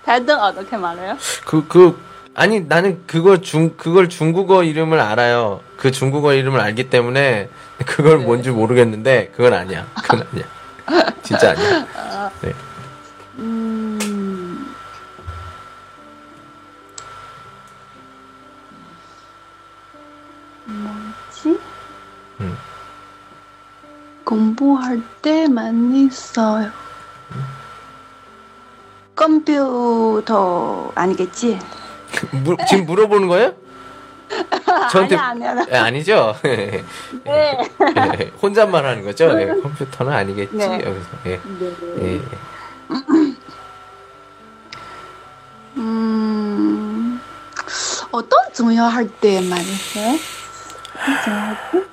Speaker 3: 발등 어떻게 말해요?
Speaker 1: 그, 그, 아니, 나는 그거 중, 그걸 중국어 이름을 알아요. 그 중국어 이름을 알기 때문에 그걸
Speaker 3: 네.
Speaker 1: 뭔지 모르겠는데, 그건 아니야. 그건 아니야. 진짜 아니야.
Speaker 3: 음. 뭐지?
Speaker 1: 음.
Speaker 3: 공부할 때 많이 써요. 컴퓨터 아니겠지?
Speaker 1: 물- 지금 물어보는 거예요? 저한테-
Speaker 3: 아니야 아니야.
Speaker 1: 예, 아니죠? 예,
Speaker 3: 네.
Speaker 1: 예. 혼잣말 하는 거죠? 예, 컴퓨터는 아니겠지?
Speaker 3: 네.
Speaker 1: 여기서. 예. 예, 예.
Speaker 3: 네. 음. 어떤 중요할 때 많이 써요?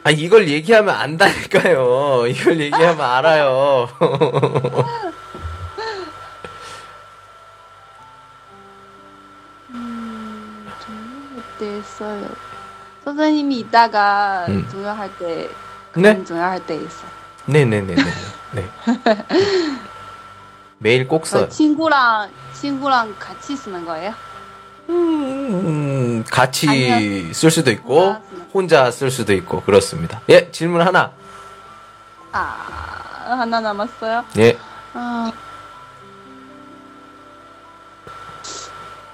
Speaker 1: 아, 이걸 얘기하면 안다니까요. 이걸 얘기하면 알아요.
Speaker 3: 음, 중요할 때 써요. 선생님이 이따가
Speaker 1: 음.
Speaker 3: 중요할 때
Speaker 1: 네?
Speaker 3: 중요할 때 있어.
Speaker 1: 네네네네.
Speaker 3: *laughs*
Speaker 1: 네. 매일 꼭 써요.
Speaker 3: 그 친구랑 친구랑 같이 쓰는 거예요?
Speaker 1: 음, 같이
Speaker 3: 아니요.
Speaker 1: 쓸 수도 있고
Speaker 3: 혼자 쓰는.
Speaker 1: 혼자 쓸 수도 있고 그렇습니다. 예, 질문 하나.
Speaker 3: 아 하나 남았어요.
Speaker 1: 예.
Speaker 3: 아.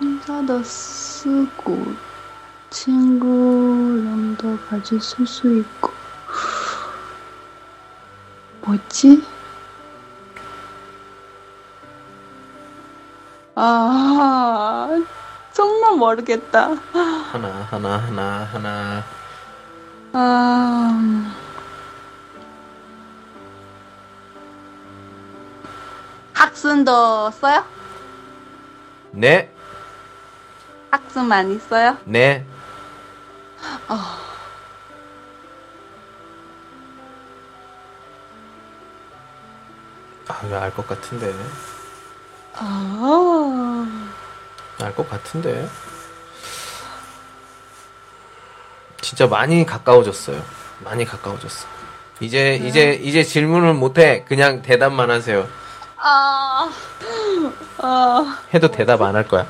Speaker 3: 혼자도 쓰고 친구랑도 같이 쓸 수 있고 뭐지? 아 정말 모르겠다.
Speaker 1: 하나, 하나, 하나, 하나.
Speaker 3: 아. 학순도 써요?
Speaker 1: 네,
Speaker 3: 학순 많이 써요?
Speaker 1: 네. 아, 이거 알것 같은데.
Speaker 3: 아.
Speaker 1: 알 것 같은데. 진짜 많이 가까워졌어요. 많이 가까워졌어. 이제 이제 이제 질문을 못해. 그냥 대답만 하세요.
Speaker 3: 아. 아.
Speaker 1: 해도 대답 안 할 거야.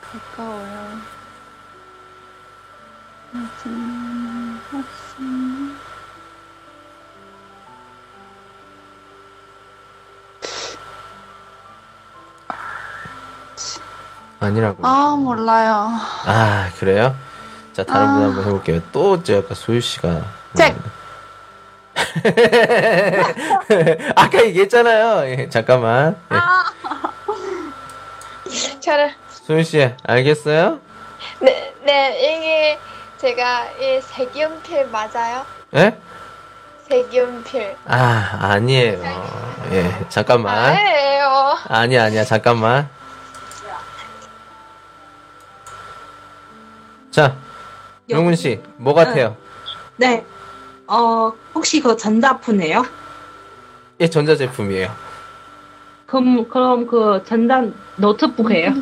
Speaker 3: 가까워요. 요즘 학순.
Speaker 1: 아니라고.
Speaker 3: 아, 몰라요.
Speaker 1: 아 그래요? 자 다른 분
Speaker 3: 아.
Speaker 1: 한번 해볼게요. 또 이제 아까 소유 씨가
Speaker 3: 잭!
Speaker 1: *laughs* 아까 얘기했잖아요. 예, 잠깐만. 예.
Speaker 4: 저는
Speaker 1: 소유 씨 알겠어요?
Speaker 4: 네, 네 이게 제가 이 색연필 맞아요?
Speaker 1: 예?
Speaker 4: 색연필
Speaker 1: 아 아니에요. 예 잠깐만.
Speaker 4: 아니에요.
Speaker 1: 아니 야 아니야 잠깐만. 자 용훈 씨 뭐 같아요?
Speaker 5: 네. 어, 혹시 그거 전자프네요?
Speaker 1: 예 전자 제품이에요.
Speaker 5: 그럼, 그럼 그 전자 노트북이에요?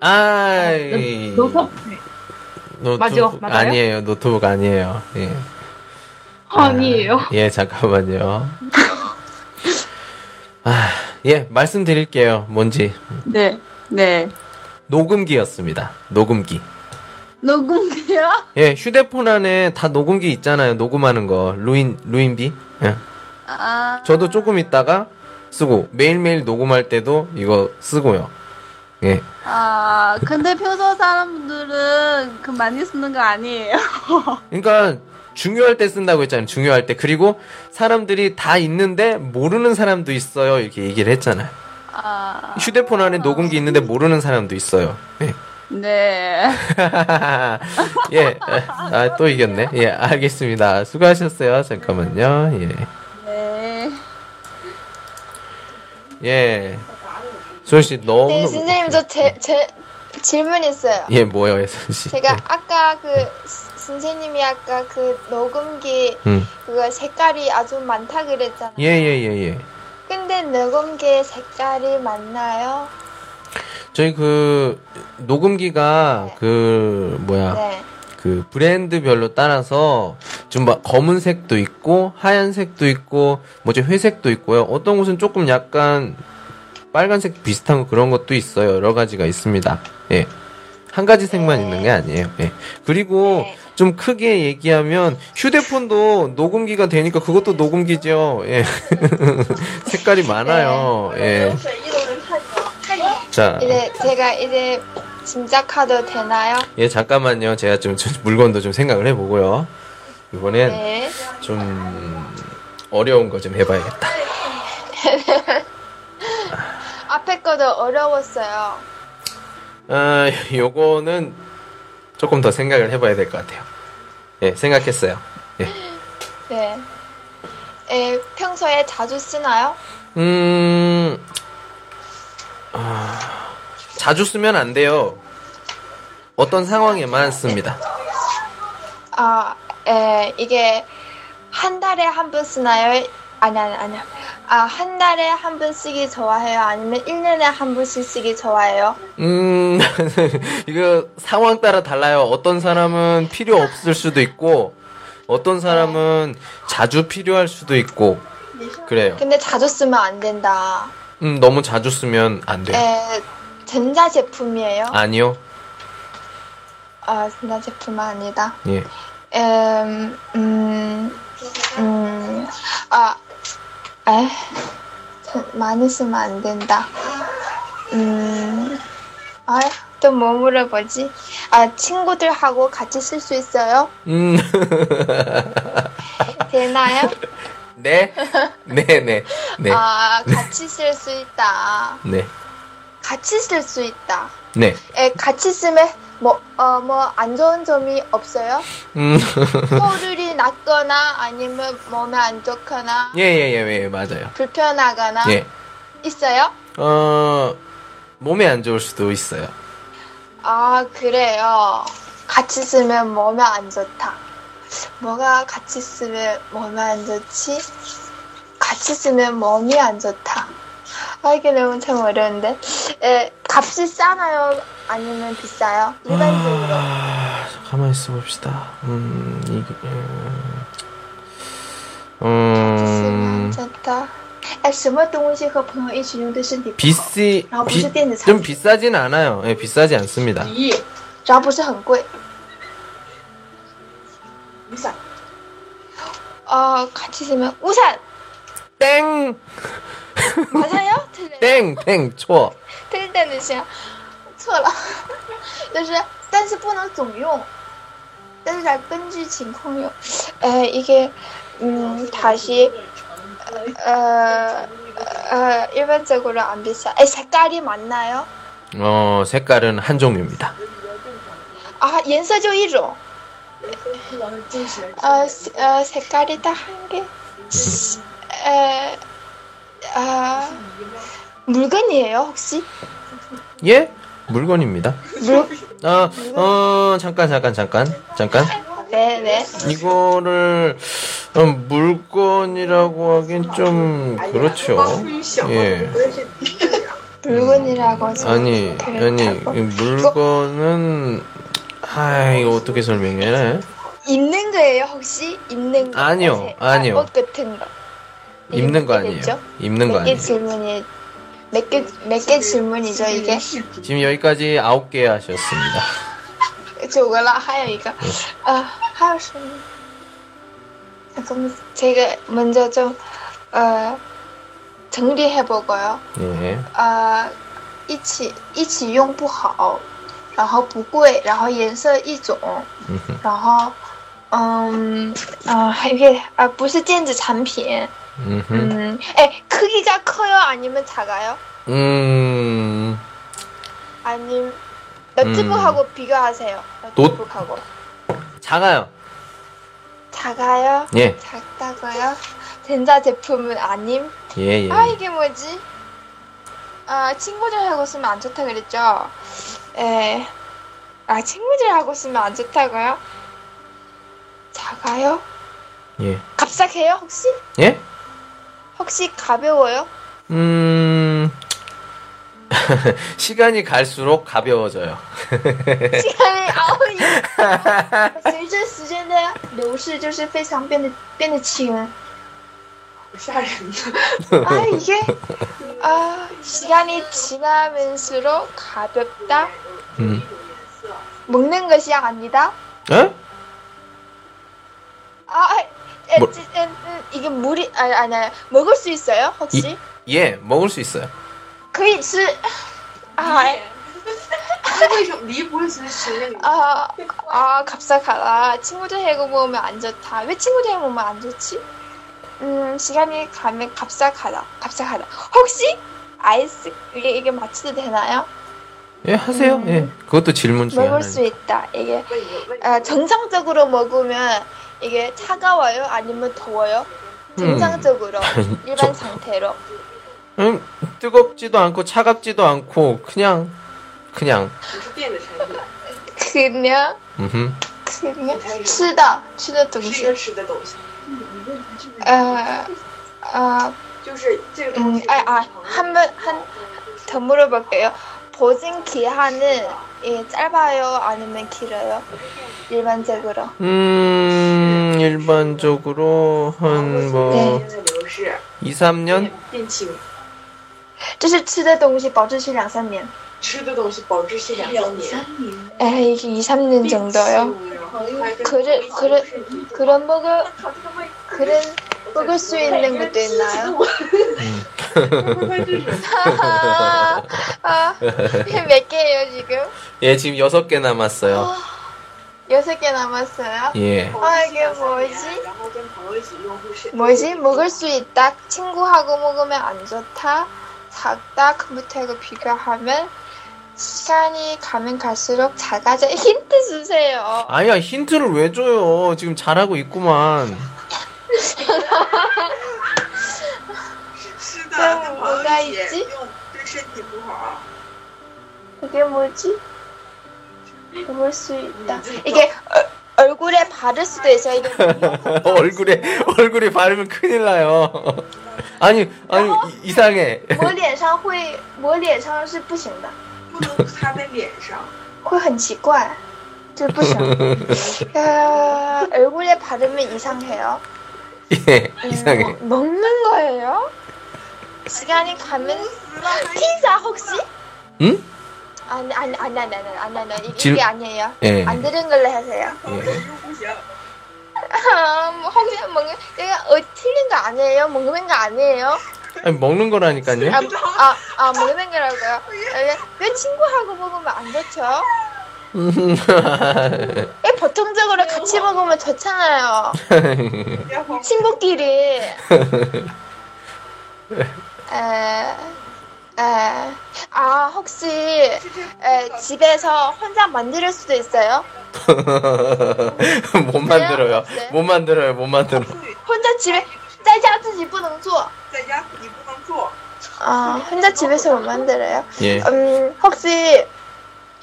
Speaker 1: 아
Speaker 5: 노트북.
Speaker 1: 노트북
Speaker 5: 맞죠? 맞아요?
Speaker 1: 아니에요 노트북 아니에요. 예.
Speaker 5: 아니에요.
Speaker 1: 아, 예, 잠깐만요. 아, 예, 말씀드릴게요. 뭔지.
Speaker 3: 네. 네.
Speaker 1: 녹음기였습니다. 녹음기.
Speaker 3: 녹음기요?
Speaker 1: 예, 휴대폰 안에 다 녹음기 있잖아요. 녹음하는 거. 루인, 루인비? 예.
Speaker 3: 아.
Speaker 1: 저도 조금 있다가 쓰고, 매일매일 녹음할 때도 이거 쓰고요. 예.
Speaker 3: 아, 근데 표소 사람들은 그 많이 쓰는 거 아니에요.
Speaker 1: 그러니까, 중요할 때 쓴다고 했잖아요. 중요할 때. 그리고 사람들이 다 있는데 모르는 사람도 있어요. 이렇게 얘기를 했잖아요.
Speaker 3: 아.
Speaker 1: 휴대폰 안에 녹음기 있는데 모르는 사람도 있어요. *laughs* 예.
Speaker 3: 네.
Speaker 1: 예, 아 또 이겼네. 예, 알겠습니다. 수고하셨어요. 잠깐만요. 예,
Speaker 3: 네.
Speaker 1: 예. 소연 씨 너무
Speaker 4: 네 선생님 저 제 제 질문 있어요.
Speaker 1: *laughs* 예 네. 뭐요, 소연 씨.
Speaker 4: 제가 아까 그 스- 선생님이 아까 그 녹음기
Speaker 1: 음.
Speaker 4: 그거 색깔이 아주 많다 그랬잖아요.
Speaker 1: 예, 예, 예, 예.
Speaker 4: 근데 녹음기 색깔이 맞나요?
Speaker 1: 저희 그 녹음기가 그 뭐야
Speaker 4: 네.
Speaker 1: 그 브랜드별로 따라서 좀 막 검은색도 있고 하얀색도 있고 뭐지 회색도 있고요. 어떤 곳은 조금 약간 빨간색 비슷한 거 그런 것도 있어요. 여러 가지가 있습니다. 예. 한 가지 색만
Speaker 4: 네.
Speaker 1: 있는 게 아니에요. 예. 그리고
Speaker 4: 네.
Speaker 1: 좀 크게 얘기하면 휴대폰도 녹음기가 되니까 그것도 녹음기죠. 예. *laughs* 색깔이 많아요.
Speaker 4: 네.
Speaker 1: 예. 자.
Speaker 4: 이제 제가 이제 짐작하도 되나요?
Speaker 1: 예, 잠깐만요. 제가 좀, 좀 물건도 좀 생각을 해보고요. 이번엔
Speaker 4: 네.
Speaker 1: 좀 어려운 거 좀 해봐야겠다.
Speaker 4: 앞에 거도 어려웠어요.
Speaker 1: 아, 요거는 조금 더 생각을 해봐야 될 것 같아요. 예, 생각했어요.
Speaker 4: 네. 에, 평소에 자주 쓰나요?
Speaker 1: 음, 아, 자주 쓰면 안 돼요. 어떤 상황에만 씁니다.
Speaker 4: 아, 에, 이게 한 달에 한 번 쓰나요? 아니, 아니, 아니요. 아, 한 달에 한 번 쓰기 좋아해요? 아니면 일년에한 번씩 쓰기 좋아해요?
Speaker 1: 음, *laughs* 이거 상황 따라 달라요. 어떤 사람은 필요 없을 수도 있고, 어떤 사람은 자주 필요할 수도 있고, 그래요.
Speaker 4: 근데 자주 쓰면 안 된다.
Speaker 1: 음, 너무 자주
Speaker 4: 예, 네.
Speaker 1: 쓰면 안 돼요. 아.
Speaker 4: 에, 전자제품이에요?
Speaker 1: 아니요.
Speaker 4: 아, 진단 제품 아니다.
Speaker 1: 예.
Speaker 4: 음, 음, 음, 아, 에? 참, 많이 쓰면 안 된다. 음, 아, 또 뭐 물어보지? 아, 친구들하고 같이 쓸 수 있어요?
Speaker 1: 음. *laughs*
Speaker 4: 되나요?
Speaker 1: 네. 네, 네. 네.
Speaker 4: 아, 같이 쓸 수 있다.
Speaker 1: 네.
Speaker 4: 같이 쓸 수 있다.
Speaker 1: 네.
Speaker 4: 에, 같이 쓰면 뭐, 어, 뭐, 안 좋은 점이 없어요?
Speaker 1: 음. *laughs*
Speaker 4: 소리이 났거나 아니면 몸에 안 좋거나
Speaker 1: 예, 예, 예, 예, 맞아요.
Speaker 4: 불편하거나
Speaker 1: 예.
Speaker 4: 있어요?
Speaker 1: 어, 몸에 안 좋을 수도 있어요.
Speaker 4: 아 그래요. 같이 쓰면 몸에 안 좋다. 뭐가 같이 쓰면 몸에 안 좋지? 같이 쓰면 몸이 안 좋다. 아 이게 너무 참 어려운데. 에 값이 싸나요? 아니면 비싸요? 일반적으로.
Speaker 1: 아, 가만히 있어봅시다. 음, 이게, 음, 음,
Speaker 4: 쓰면 안 좋다. 哎，什么东西和朋友一起用对身体不好？
Speaker 1: 비싸,
Speaker 4: 아, 무슨
Speaker 1: 비,
Speaker 4: 때문에
Speaker 1: 좀
Speaker 4: 사지?
Speaker 1: 비싸진 않아요. 예, 비싸지 않습니다.
Speaker 4: 네.
Speaker 6: 咦，
Speaker 4: 只要不是很贵。
Speaker 6: 雨伞，
Speaker 4: 어 같이 쓰면 우산 *laughs*
Speaker 1: 땡!
Speaker 4: 맞아요? 틀려요?
Speaker 1: 땡! 땡! 초!
Speaker 4: 对对对行，错了， *laughs* 就是但是不能总用，但是得根据情况用。呃，一个嗯，다시呃呃일반적으로안 비싸. 에색깔이맞나요
Speaker 1: 어, 색깔은 한 종류입니다.
Speaker 4: 아颜色就一种。呃呃 어, 색깔이다한 개. 에, 아, 물건이에요 혹시?
Speaker 1: 예? 물건입니다.
Speaker 4: 물,
Speaker 1: 아, 어, 잠깐, 잠깐, 잠깐, 잠깐.
Speaker 4: 네, 네.
Speaker 1: 이거를 음, 물건이라고 하긴 좀 그렇죠. 예.
Speaker 4: 물건이라고 해서
Speaker 1: 아니, 아니,
Speaker 4: 그렇다고.
Speaker 1: 이 물건은 아, 이거 어떻게 설명해?
Speaker 4: 입는 거예요 혹시 입는 거
Speaker 1: 아니요,
Speaker 4: 옷에-
Speaker 1: 아니요.
Speaker 4: 아, 옷 같은 거
Speaker 1: 입는 거 아니에요. 입는 거
Speaker 4: 몇개
Speaker 1: 아니에요.
Speaker 4: 질문이 몇개 몇 개 질문이죠 이게
Speaker 1: 지금 여기까지 아홉 개 하셨습니다.
Speaker 4: 九个了还有一个 아, 还有什么 잠깐만 제가 먼저 좀 어, 정리해보고요
Speaker 1: 예.
Speaker 4: 어, 一起一起用不好然后不贵然后颜色一种
Speaker 1: 음흠.
Speaker 4: 然后，嗯，啊、还有一个啊，不是电子产品，
Speaker 1: 음흠.
Speaker 4: 嗯，哎，크기가커요아니면작아요
Speaker 1: 음.
Speaker 4: 아니 노트북하고 비교하세요.
Speaker 1: 노-
Speaker 4: 노트북하고
Speaker 1: 작아요.
Speaker 4: 작아요?
Speaker 1: 예.
Speaker 4: 작다고요? 전자 제품은 아님?
Speaker 1: 예, 예.
Speaker 4: 아 이게 뭐지? 아 친구들하고 쓰면 안 좋다 그랬죠? 에, 아 친구들하고 쓰면 안 좋다고요? 작아요?
Speaker 1: 예.
Speaker 4: 갑작해요 혹시?
Speaker 1: 예?
Speaker 4: 혹시 가벼워요?
Speaker 1: 음. *laughs* 시간이 갈수록 가벼워져요.
Speaker 4: *laughs* 这
Speaker 6: *laughs*
Speaker 4: 个熬夜，随着时间的流逝，就是非常变得变得轻。
Speaker 6: 吓人的。
Speaker 4: 아 이게 아 시간이 지나면수록 가볍다.
Speaker 1: 음.
Speaker 4: 먹는 것이 아니다.
Speaker 1: 어?
Speaker 4: 아 에,
Speaker 6: 뭐
Speaker 1: 뭘?
Speaker 4: 찌- 에, 음, 이게 물이 아니 아니 먹을 수 있어요 혹시?
Speaker 1: 예, 먹을 수 있어요.
Speaker 4: 可以吃。아,
Speaker 6: 他为什么梨不是随吃那个？
Speaker 4: 아, 아, 갑작하다. 친구들 해고 먹으면 안 좋다. 왜 친구들 해고 먹으면 안 좋지? 음, 시간이 가면 갑작하다. 갑작하다. 혹시 아이스 이게 이게 맞춰도 되나요?
Speaker 1: 예, 하세요.
Speaker 4: 음.
Speaker 1: 예. 그것도 질문 중에
Speaker 4: 먹을
Speaker 1: 하나.
Speaker 4: 수 있다. 이게
Speaker 6: 问你问你
Speaker 4: 아, 정상적으로 먹으면 이게 차가워요? 아니면 더워요? 정상적으로 일반
Speaker 1: 음。 *laughs* 저-
Speaker 4: 상태로
Speaker 1: 음, 뜨겁지도 않고 차갑지도 않고 그냥 그냥.
Speaker 6: 不是电子产品，
Speaker 4: 그냥
Speaker 1: 음흠.
Speaker 4: 그냥
Speaker 6: 네，
Speaker 4: 吃的吃的东西
Speaker 6: 是一个吃的东西，
Speaker 4: 아, 아,
Speaker 6: 就是这个东
Speaker 4: 음
Speaker 6: 西。
Speaker 4: 아, 아, 한번한 더 물어볼게요. 보증 기한은 예, 짧아요? 아니면 길어요? 일반적으로.
Speaker 1: 음, 일반적으로
Speaker 4: 네.
Speaker 1: 한 뭐
Speaker 6: 现在流逝，
Speaker 1: 2, 3년?
Speaker 6: 变轻，
Speaker 4: 就是吃的东西保质期两三年，
Speaker 6: 吃的东西保质期两三年，
Speaker 4: 에이 2, 3년 정도요? 그래- 그래- 그런 먹을 그런 먹을 수 있는 것도 있나요? *laughs* 아, 몇 개예요 지금?
Speaker 1: 예, 지금 여섯 개 남았어요.
Speaker 4: 아. 여섯 개 남았어요.
Speaker 1: 예.
Speaker 4: 아, 이게 뭐지? 뭐지? 먹을 수 있다. 친구하고 먹으면 안 좋다. 작다. 컴퓨터하고 비교하면 시간이 가면 갈수록 작아져. *laughs* 힌트 주세요.
Speaker 1: 아니야, 힌트를 왜 줘요? 지금 잘하고 있구만.
Speaker 4: 그럼 뭐가 있지?
Speaker 6: 对身体不好。
Speaker 4: 이게 뭐지? 먹을 수 있다. 이게 얼- 얼굴에 바를 수도 있어요. 이게
Speaker 1: *laughs*
Speaker 4: *laughs*
Speaker 1: 얼굴에, 얼굴에 바르면 큰일 나요. 아니, 아니, 이- 이상해. *laughs*
Speaker 4: 抹脸上会抹脸上是不行的，
Speaker 6: 不能擦在脸上，
Speaker 4: 会很奇怪，这不
Speaker 1: *laughs*
Speaker 4: 行。呃，얼굴에바르면이상해요。 뭐,
Speaker 1: 예, 이상해.
Speaker 4: 먹- 먹는 거예요? 시간이 가면 피자 혹시?
Speaker 1: 응?
Speaker 4: 아니 아니 아니 아니 아니 아니 아니 아니, 이게
Speaker 1: 질-
Speaker 4: 아니에요.
Speaker 1: 예.
Speaker 4: 안 들은 걸로 하세요.
Speaker 6: 我又不行。
Speaker 4: 아, 뭐 *laughs* 혹시 먹는 내가 어 틀린 거 아니에요? 먹는 거 아니에요?
Speaker 1: 아니, 먹는 거라니까요.
Speaker 4: 아, 아, 아 먹는 거라고요. 예, 왜 친구하고 먹으면 안 좋죠? 왜 보통적으로 같이 먹으면 좋잖아요.
Speaker 6: *laughs*
Speaker 4: 친구끼리. 에, 에, 아, 혹시 에, 집에서 혼자 만들 수도 있어요?
Speaker 1: *laughs* 못 만들어요.
Speaker 4: 네.
Speaker 1: 못 만들어요. 못 만들어.
Speaker 4: 혼자 집에, 在家自己不能做.
Speaker 6: 在家你不能做，
Speaker 4: 아, 혼자 집에서 못 만들어요?
Speaker 1: 예.
Speaker 4: 음, 혹시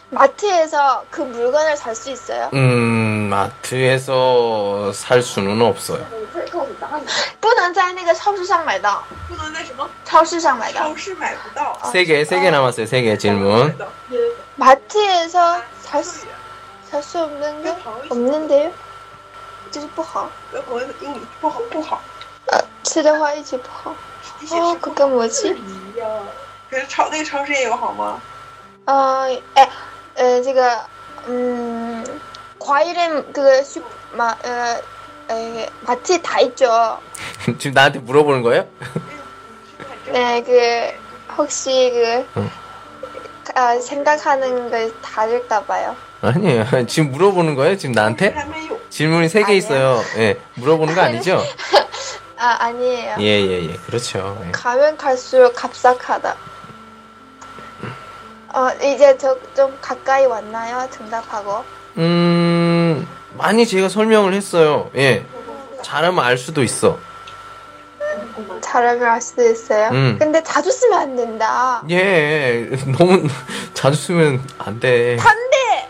Speaker 4: 마트에서 그 물건을 살 수 있어요?
Speaker 1: 음, 마트에서 살 수는 없어요.
Speaker 6: 你快告诉答案，
Speaker 4: 不能在那个超市上买到，
Speaker 6: 不能在什么
Speaker 4: 超市上买到。
Speaker 6: 超市买不到，
Speaker 4: 아,
Speaker 1: 세 개, 세 개 남았어요. 세 개 질문. *laughs*
Speaker 4: 마트에서
Speaker 6: 超
Speaker 4: 살
Speaker 6: 市
Speaker 4: 수, 살수 없는 데
Speaker 6: 嗯跟朋友一起，
Speaker 4: 없는데요? 就是不好.
Speaker 6: 跟朋友用不好不好，
Speaker 4: 吃的话一起不好.哦
Speaker 6: 一起
Speaker 4: 아
Speaker 6: 吃
Speaker 4: 그게 뭐지?
Speaker 6: 不呀。可是超那个超市也有好吗？
Speaker 4: 어, 에, 에, 제가 음, 과일은 그슈 마, 에, 에, 마트에 다 있죠.
Speaker 1: 지금 나한테 물어보는 거예요?
Speaker 4: 네, 그 혹시 그
Speaker 1: 응.
Speaker 4: 아, 생각하는 걸 다 읽다 봐요.
Speaker 1: 아니에요. *laughs* 지금 물어보는 거예요? 지금
Speaker 6: 这
Speaker 1: 나한테?
Speaker 6: 还没有，
Speaker 1: 질문이 세 개
Speaker 4: 아니에요.
Speaker 1: 있어요. 예. 물어보는 거
Speaker 4: *laughs*
Speaker 1: 아니죠?
Speaker 4: 아, 아니에요.
Speaker 1: 예, 예, 예. 그렇죠. 예.
Speaker 4: 가면 갈수록 값싹하다. 어, 이제 저 좀 가까이 왔나요? 정답하고.
Speaker 1: 음, 많이 제가 설명을 했어요. 예. 잘하면 알 수도 있어.
Speaker 4: 잘하면 할 수도 있어요.
Speaker 1: 음.
Speaker 4: 근데 자주 쓰면 안 된다.
Speaker 1: 예. 너무 *laughs* 자주 쓰면 안 돼.
Speaker 4: 반대!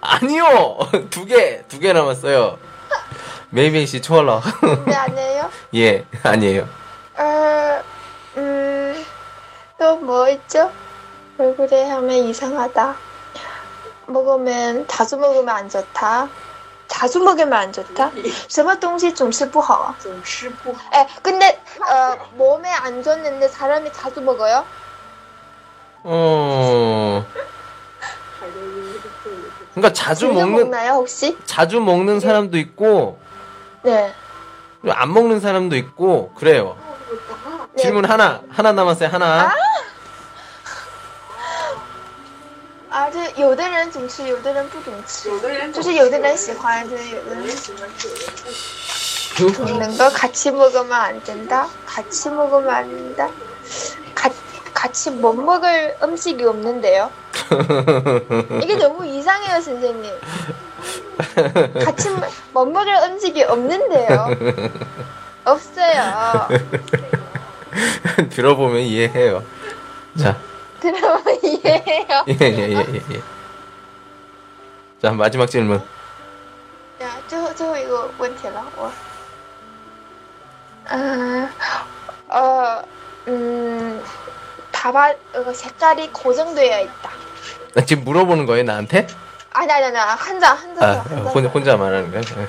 Speaker 1: 아니요. *laughs* 두 개, 두 개 남았어요. 메이뱅 씨 초월라.
Speaker 4: 반대 네, 아니에요?
Speaker 1: *laughs* 예, 아니에요.
Speaker 4: 어, 음, 또 뭐 있죠? 얼굴에 하면 이상하다. 먹으면, 자주 먹으면 안 좋다. 자주 먹으면 안 좋다? 什么东西总是不好啊?
Speaker 6: 总吃不好，
Speaker 4: 에, 근데, 어, 몸에 안 좋는데 사람이 자주 먹어요?
Speaker 1: 어. 그러니까 자주
Speaker 4: 즐겨
Speaker 1: 먹는
Speaker 4: 나요 혹시?
Speaker 1: 자주 먹는 사람도 있고
Speaker 4: 네.
Speaker 1: 안 먹는 사람도 있고 그래요.
Speaker 4: 네.
Speaker 1: 질문 하나 하나 남았어요. 하나.
Speaker 4: 아, 这有的人总吃，有的人不总吃。
Speaker 6: 有的人总
Speaker 4: 就是有的人喜欢，就是有的人 먹는 거 같이 먹으면 안 된다. 같이 먹으면 안 된다. 가, 같이 못 먹을 음식이 없는데요. 이게 너무 이상해요, 선생님. 같이 먹- 못 먹을 음식이 없는데요. 없어요.
Speaker 1: *laughs* 들어보면 이해해요. 자,
Speaker 4: 들어보면 *laughs* 이해해요.
Speaker 1: 예, 예, 예, 예, 예. 자, 마지막 질문.
Speaker 4: 야, 最后最后一个问题了，我，嗯，呃，嗯， 어, 음, 다바 어, 색깔이 고정되어 있다.
Speaker 1: 나 지금 물어보는 거예요, 나한테?
Speaker 4: 아니 아니 아니 한자 한자
Speaker 1: 아,
Speaker 4: 아, 한자.
Speaker 1: 혼, 혼자 말하는 거야?
Speaker 4: 음.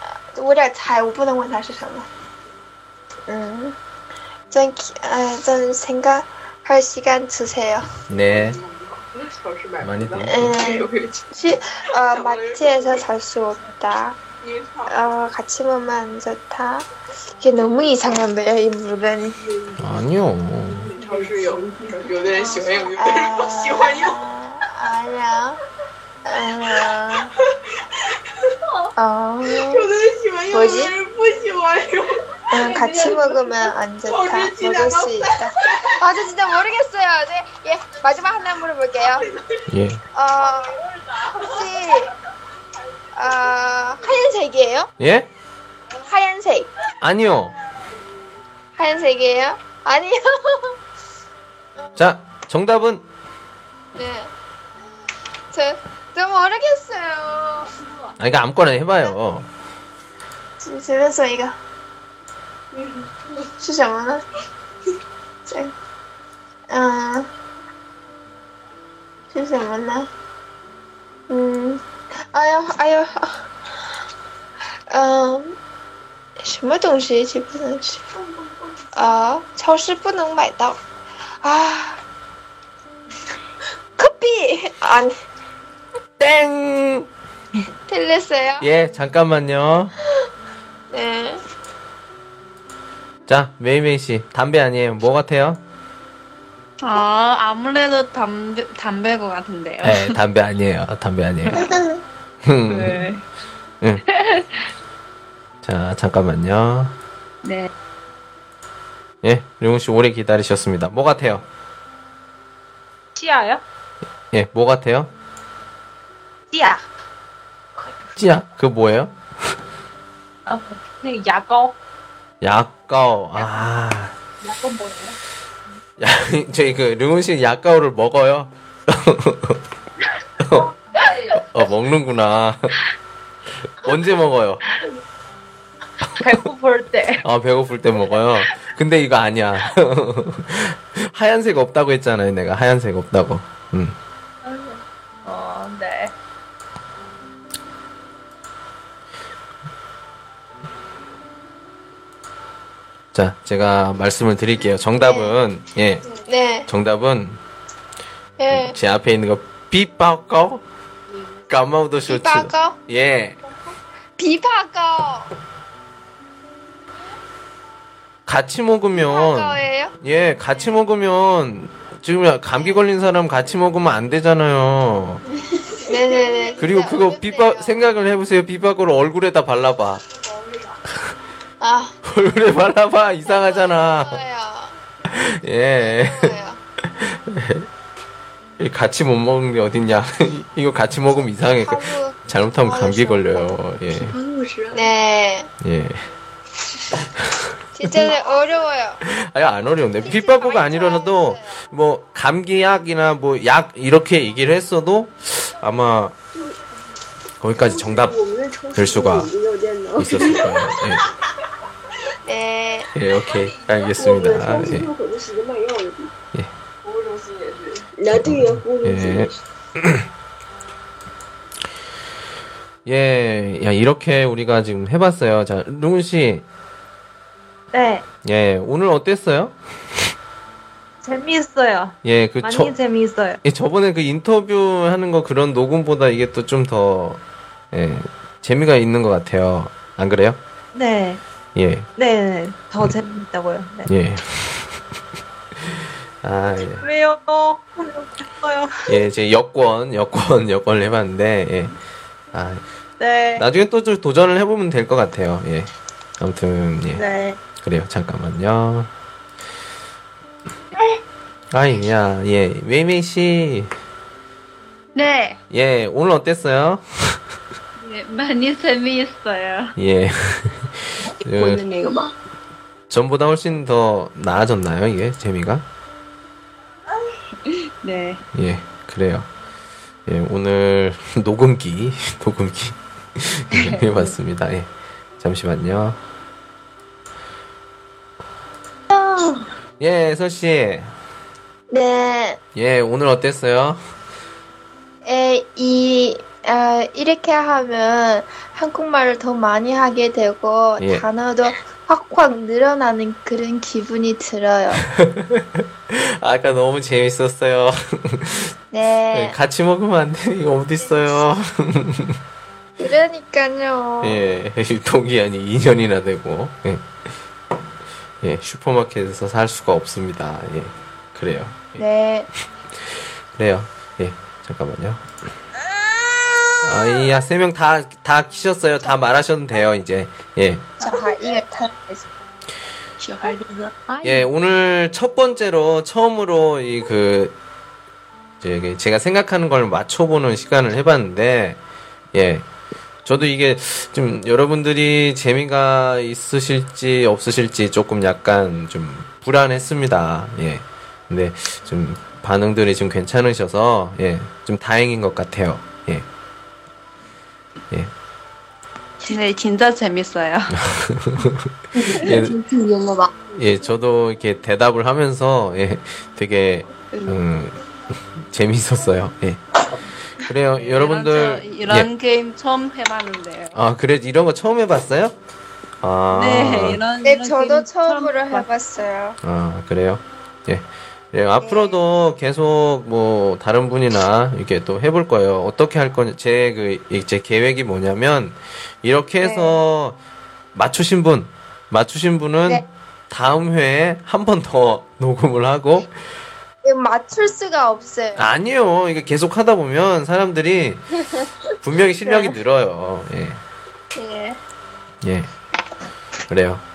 Speaker 4: 아, 我得猜，我不能问他是什么。嗯，真哎，真생각 할 시간 드세요.
Speaker 1: 네.
Speaker 6: 나 절실 말
Speaker 1: 많이
Speaker 6: *laughs* 나.
Speaker 1: 드세요.
Speaker 4: 시, 어, 마트에서 잘 수 없다. 어, 같이 먹으면 안 좋다. 이게 너무 이상한데요, 이 물은.
Speaker 1: 아니요.
Speaker 6: 超市有有的人喜欢用，有
Speaker 4: 아,
Speaker 6: 的人不喜欢
Speaker 4: 哎
Speaker 6: 用。
Speaker 4: 아니야. 아니야. 어,
Speaker 6: 有的人喜欢用，有的人不喜欢用。
Speaker 4: 응, 같이 먹으면 안 좋다. 먹을 수 있다. 아, 저 진짜 모르겠어요. 이제, 예, 마지막 하나 물어볼게요.
Speaker 1: 예.
Speaker 4: 어, 혹시, 어, 하얀색이에요?
Speaker 1: 예?
Speaker 4: 하얀색.
Speaker 1: 아니요.
Speaker 4: 하얀색이에요? 아니요. *laughs*
Speaker 1: 자, 정답은
Speaker 4: 네. 저, 저 모르겠어요.
Speaker 1: 아 이거 아무거나 해봐요.
Speaker 4: 지- 집에서 이거. 주셔만나 짠. 아. 주셔만나 음. 아유, 아유. 음. 什么东西一起不能吃？啊，超市不能买到。啊， 아. 커피안
Speaker 1: 땡.
Speaker 4: 틀렸어요.
Speaker 1: 예, 잠깐만요.
Speaker 4: 네.
Speaker 1: 자, 메이메이 씨, 담배 아니에요. 뭐 같아요?
Speaker 2: 아, 아무래도 담배, 담배일 것 같은데요.
Speaker 1: 네, 담배 아니에요. 담배 아니에요. 음, 예.
Speaker 2: 네.
Speaker 1: 자, 잠깐만요.
Speaker 2: 네.
Speaker 1: 예, 용훈 씨 오래 기다리셨습니다. 뭐 같아요?
Speaker 2: 치아요?
Speaker 1: 예, 뭐 같아요?
Speaker 2: 치아.
Speaker 1: 찌야? 그 뭐예요?
Speaker 2: 아, 네, 약어.
Speaker 1: 약가오. 아,
Speaker 2: 약어 뭐예요?
Speaker 1: 야, *laughs* 저희 그 류훈 씨 약가오를 먹어요. *laughs* 어, 어, 먹는구나. *laughs* 언제 먹어요?
Speaker 2: 배고플 때.
Speaker 1: 아, 배고플 때 먹어요. 근데 이거 아니야. *laughs* 하얀색 없다고 했잖아요, 내가. 하얀색 없다고. 음.
Speaker 2: 어, 네.
Speaker 1: 자, 제가 말씀을 드릴게요. 정답은, 예,
Speaker 4: 네.
Speaker 1: 정답은
Speaker 4: 예.
Speaker 1: 제 앞에 있는 거 비빠꺼 까마우도 쇼츠
Speaker 4: 八高。
Speaker 1: 예
Speaker 4: 枇杷膏，
Speaker 1: 같이 먹으면
Speaker 4: 枇杷膏예요?
Speaker 1: 예 같이 먹으면 지금 감기 걸린 사람 같이 먹으면 안 되잖아요
Speaker 4: 네네네.
Speaker 1: 그리고 그거 비빠 생각을 해보세요 비빠꺼를 얼굴에다 발라봐 *laughs*
Speaker 4: 아,
Speaker 1: 얼굴에 발라봐 이상하잖아 *laughs*
Speaker 4: 좋아요.
Speaker 1: 예
Speaker 4: 좋아요.
Speaker 1: 같이 못 먹는 게 어딨냐 *laughs* 이거 같이 먹으면 이상해 그-
Speaker 4: 하고,
Speaker 1: 잘못하면 감기 걸려요 예
Speaker 6: 嗯，我觉得
Speaker 4: 네.
Speaker 1: 예. 음.
Speaker 4: 진짜 어려워요.
Speaker 1: 아니 안 어려운데 빗바구가 아니라도 뭐 감기약이나 뭐 약 이렇게 얘기를 했어도 아마 거기까지 정답
Speaker 6: 我们那超
Speaker 1: 是
Speaker 6: 市
Speaker 1: 西瓜
Speaker 6: 有没有电脑？
Speaker 1: 있었을 거예요.
Speaker 4: 네.
Speaker 1: 예, 예, 오케이
Speaker 6: 我们
Speaker 5: 네,
Speaker 1: 알겠습니다.
Speaker 6: 超市
Speaker 1: 예.
Speaker 6: 有很多时间卖药的。
Speaker 1: 耶
Speaker 6: 服务中心也是。那对呀，服务中心
Speaker 1: 哎
Speaker 6: 也是。
Speaker 1: 예, *clears throat* 야 이렇게 우리가 지금 해봤어요. 자, 룽은 씨,
Speaker 2: 네.
Speaker 1: 예, 오늘 어땠어요?
Speaker 2: 재미있어요.
Speaker 1: 예, 그
Speaker 2: 많이
Speaker 1: 저,
Speaker 2: 재미있어요.
Speaker 1: 예, 저번에 그 인터뷰 하는 거 그런 녹음보다 이게 또 좀 더 예, 재미가 있는 것 같아요. 안 그래요?
Speaker 2: 네.
Speaker 1: 예,
Speaker 2: 네, 네.
Speaker 3: 어,
Speaker 2: 더 재미있다고요. 네.
Speaker 1: 예. *laughs* 아, 예.
Speaker 2: 왜요? 재밌어요.
Speaker 1: 예, 제 여권, 여권, 여권을 해봤는데, 예. 아,
Speaker 2: 네.
Speaker 1: 나중에 또좀 도전을 해보면 될 것 같아요. 예. 아무튼, 예.
Speaker 2: 네.
Speaker 1: 그래요. 잠깐만요. 아이, 야, 예. 웨이메이 씨,
Speaker 2: 네.
Speaker 1: 예. 오늘 어땠어요?
Speaker 2: 네. 많이 재미있어요.
Speaker 1: 예. *laughs* 그,
Speaker 6: 那个吧。
Speaker 1: 전보다 훨씬 더 나아졌나요? 이게 재미가?
Speaker 2: 네.
Speaker 1: 예, 그래요. 예, 오늘 *laughs* 녹음기, 녹음기 *laughs* 해봤습니다. 예, 잠시만요. 예, 서 씨.
Speaker 4: 네.
Speaker 1: 예, 오늘 어땠어요?
Speaker 4: 에, 이, 아, 이렇게 하면 한국말을 더 많이 하게 되고,
Speaker 1: 예.
Speaker 4: 단어도 확확 늘어나는 그런 기분이 들어요.
Speaker 1: 아까 너무 재밌었어요. *laughs*
Speaker 4: 네.
Speaker 1: 예, 같이 먹으면 안 돼. 이거 어딨어요.
Speaker 4: 그러니까요.
Speaker 1: 예, 유통기한이 2년이나 되고, 예. 예, 슈퍼마켓에서 살 수가 없습니다. 예, 그래요. 예,
Speaker 4: 네.
Speaker 1: 그래요. 예, 잠깐만요. 아이야, 세 명 다, 다 키셨어요. 다 말하셔도 돼요, 이제. 예.
Speaker 4: 자, 이거 탈락했어.
Speaker 1: 예, 오늘 첫 번째로 처음으로 이 그 제가 생각하는 걸 맞춰보는 시간을 해봤는데, 예, 저도 이게 좀 여러분들이 재미가 있으실지 없으실지 조금 약간 좀 불안했습니다. 예, 근데 좀 반응들이 좀 괜찮으셔서 예, 좀 다행인 것 같아요. 예,
Speaker 2: 네, 진짜 재밌어요.
Speaker 1: 예,
Speaker 6: 영어 막
Speaker 1: 예, 저도 이렇게 대답을 하면서 예, 되게 음, *laughs* 재미있었어요. 예. 그래요, *laughs* 여러분들.
Speaker 2: 이런, 네, 저-
Speaker 1: 예.
Speaker 2: 이런 게임 처음 해봤는데요.
Speaker 1: 아, 그래 이런 거 처음 해봤어요? 아,
Speaker 2: 네, 이런.
Speaker 4: 네,
Speaker 2: 이런
Speaker 4: 저도
Speaker 2: 게임
Speaker 4: 처음으로
Speaker 2: 해봤-
Speaker 4: 해봤어요.
Speaker 1: 아 그래요. 예. 예, 앞으로도 계속 뭐 다른 분이나 이렇게 또 해볼 거예요. 어떻게 할 건지 제그 이제 계획이 뭐냐면 이렇게 해서 맞추신 분 맞추신 분은
Speaker 4: 네.
Speaker 1: 다음 회에 한 번 더 *laughs* 녹음을 하고
Speaker 4: 이거 맞출 수가 없어요.
Speaker 1: 아니요. 이게 계속 하다 보면 사람들이 분명히 실력이 늘어요. 예.
Speaker 4: 네.
Speaker 1: 예. 그래요.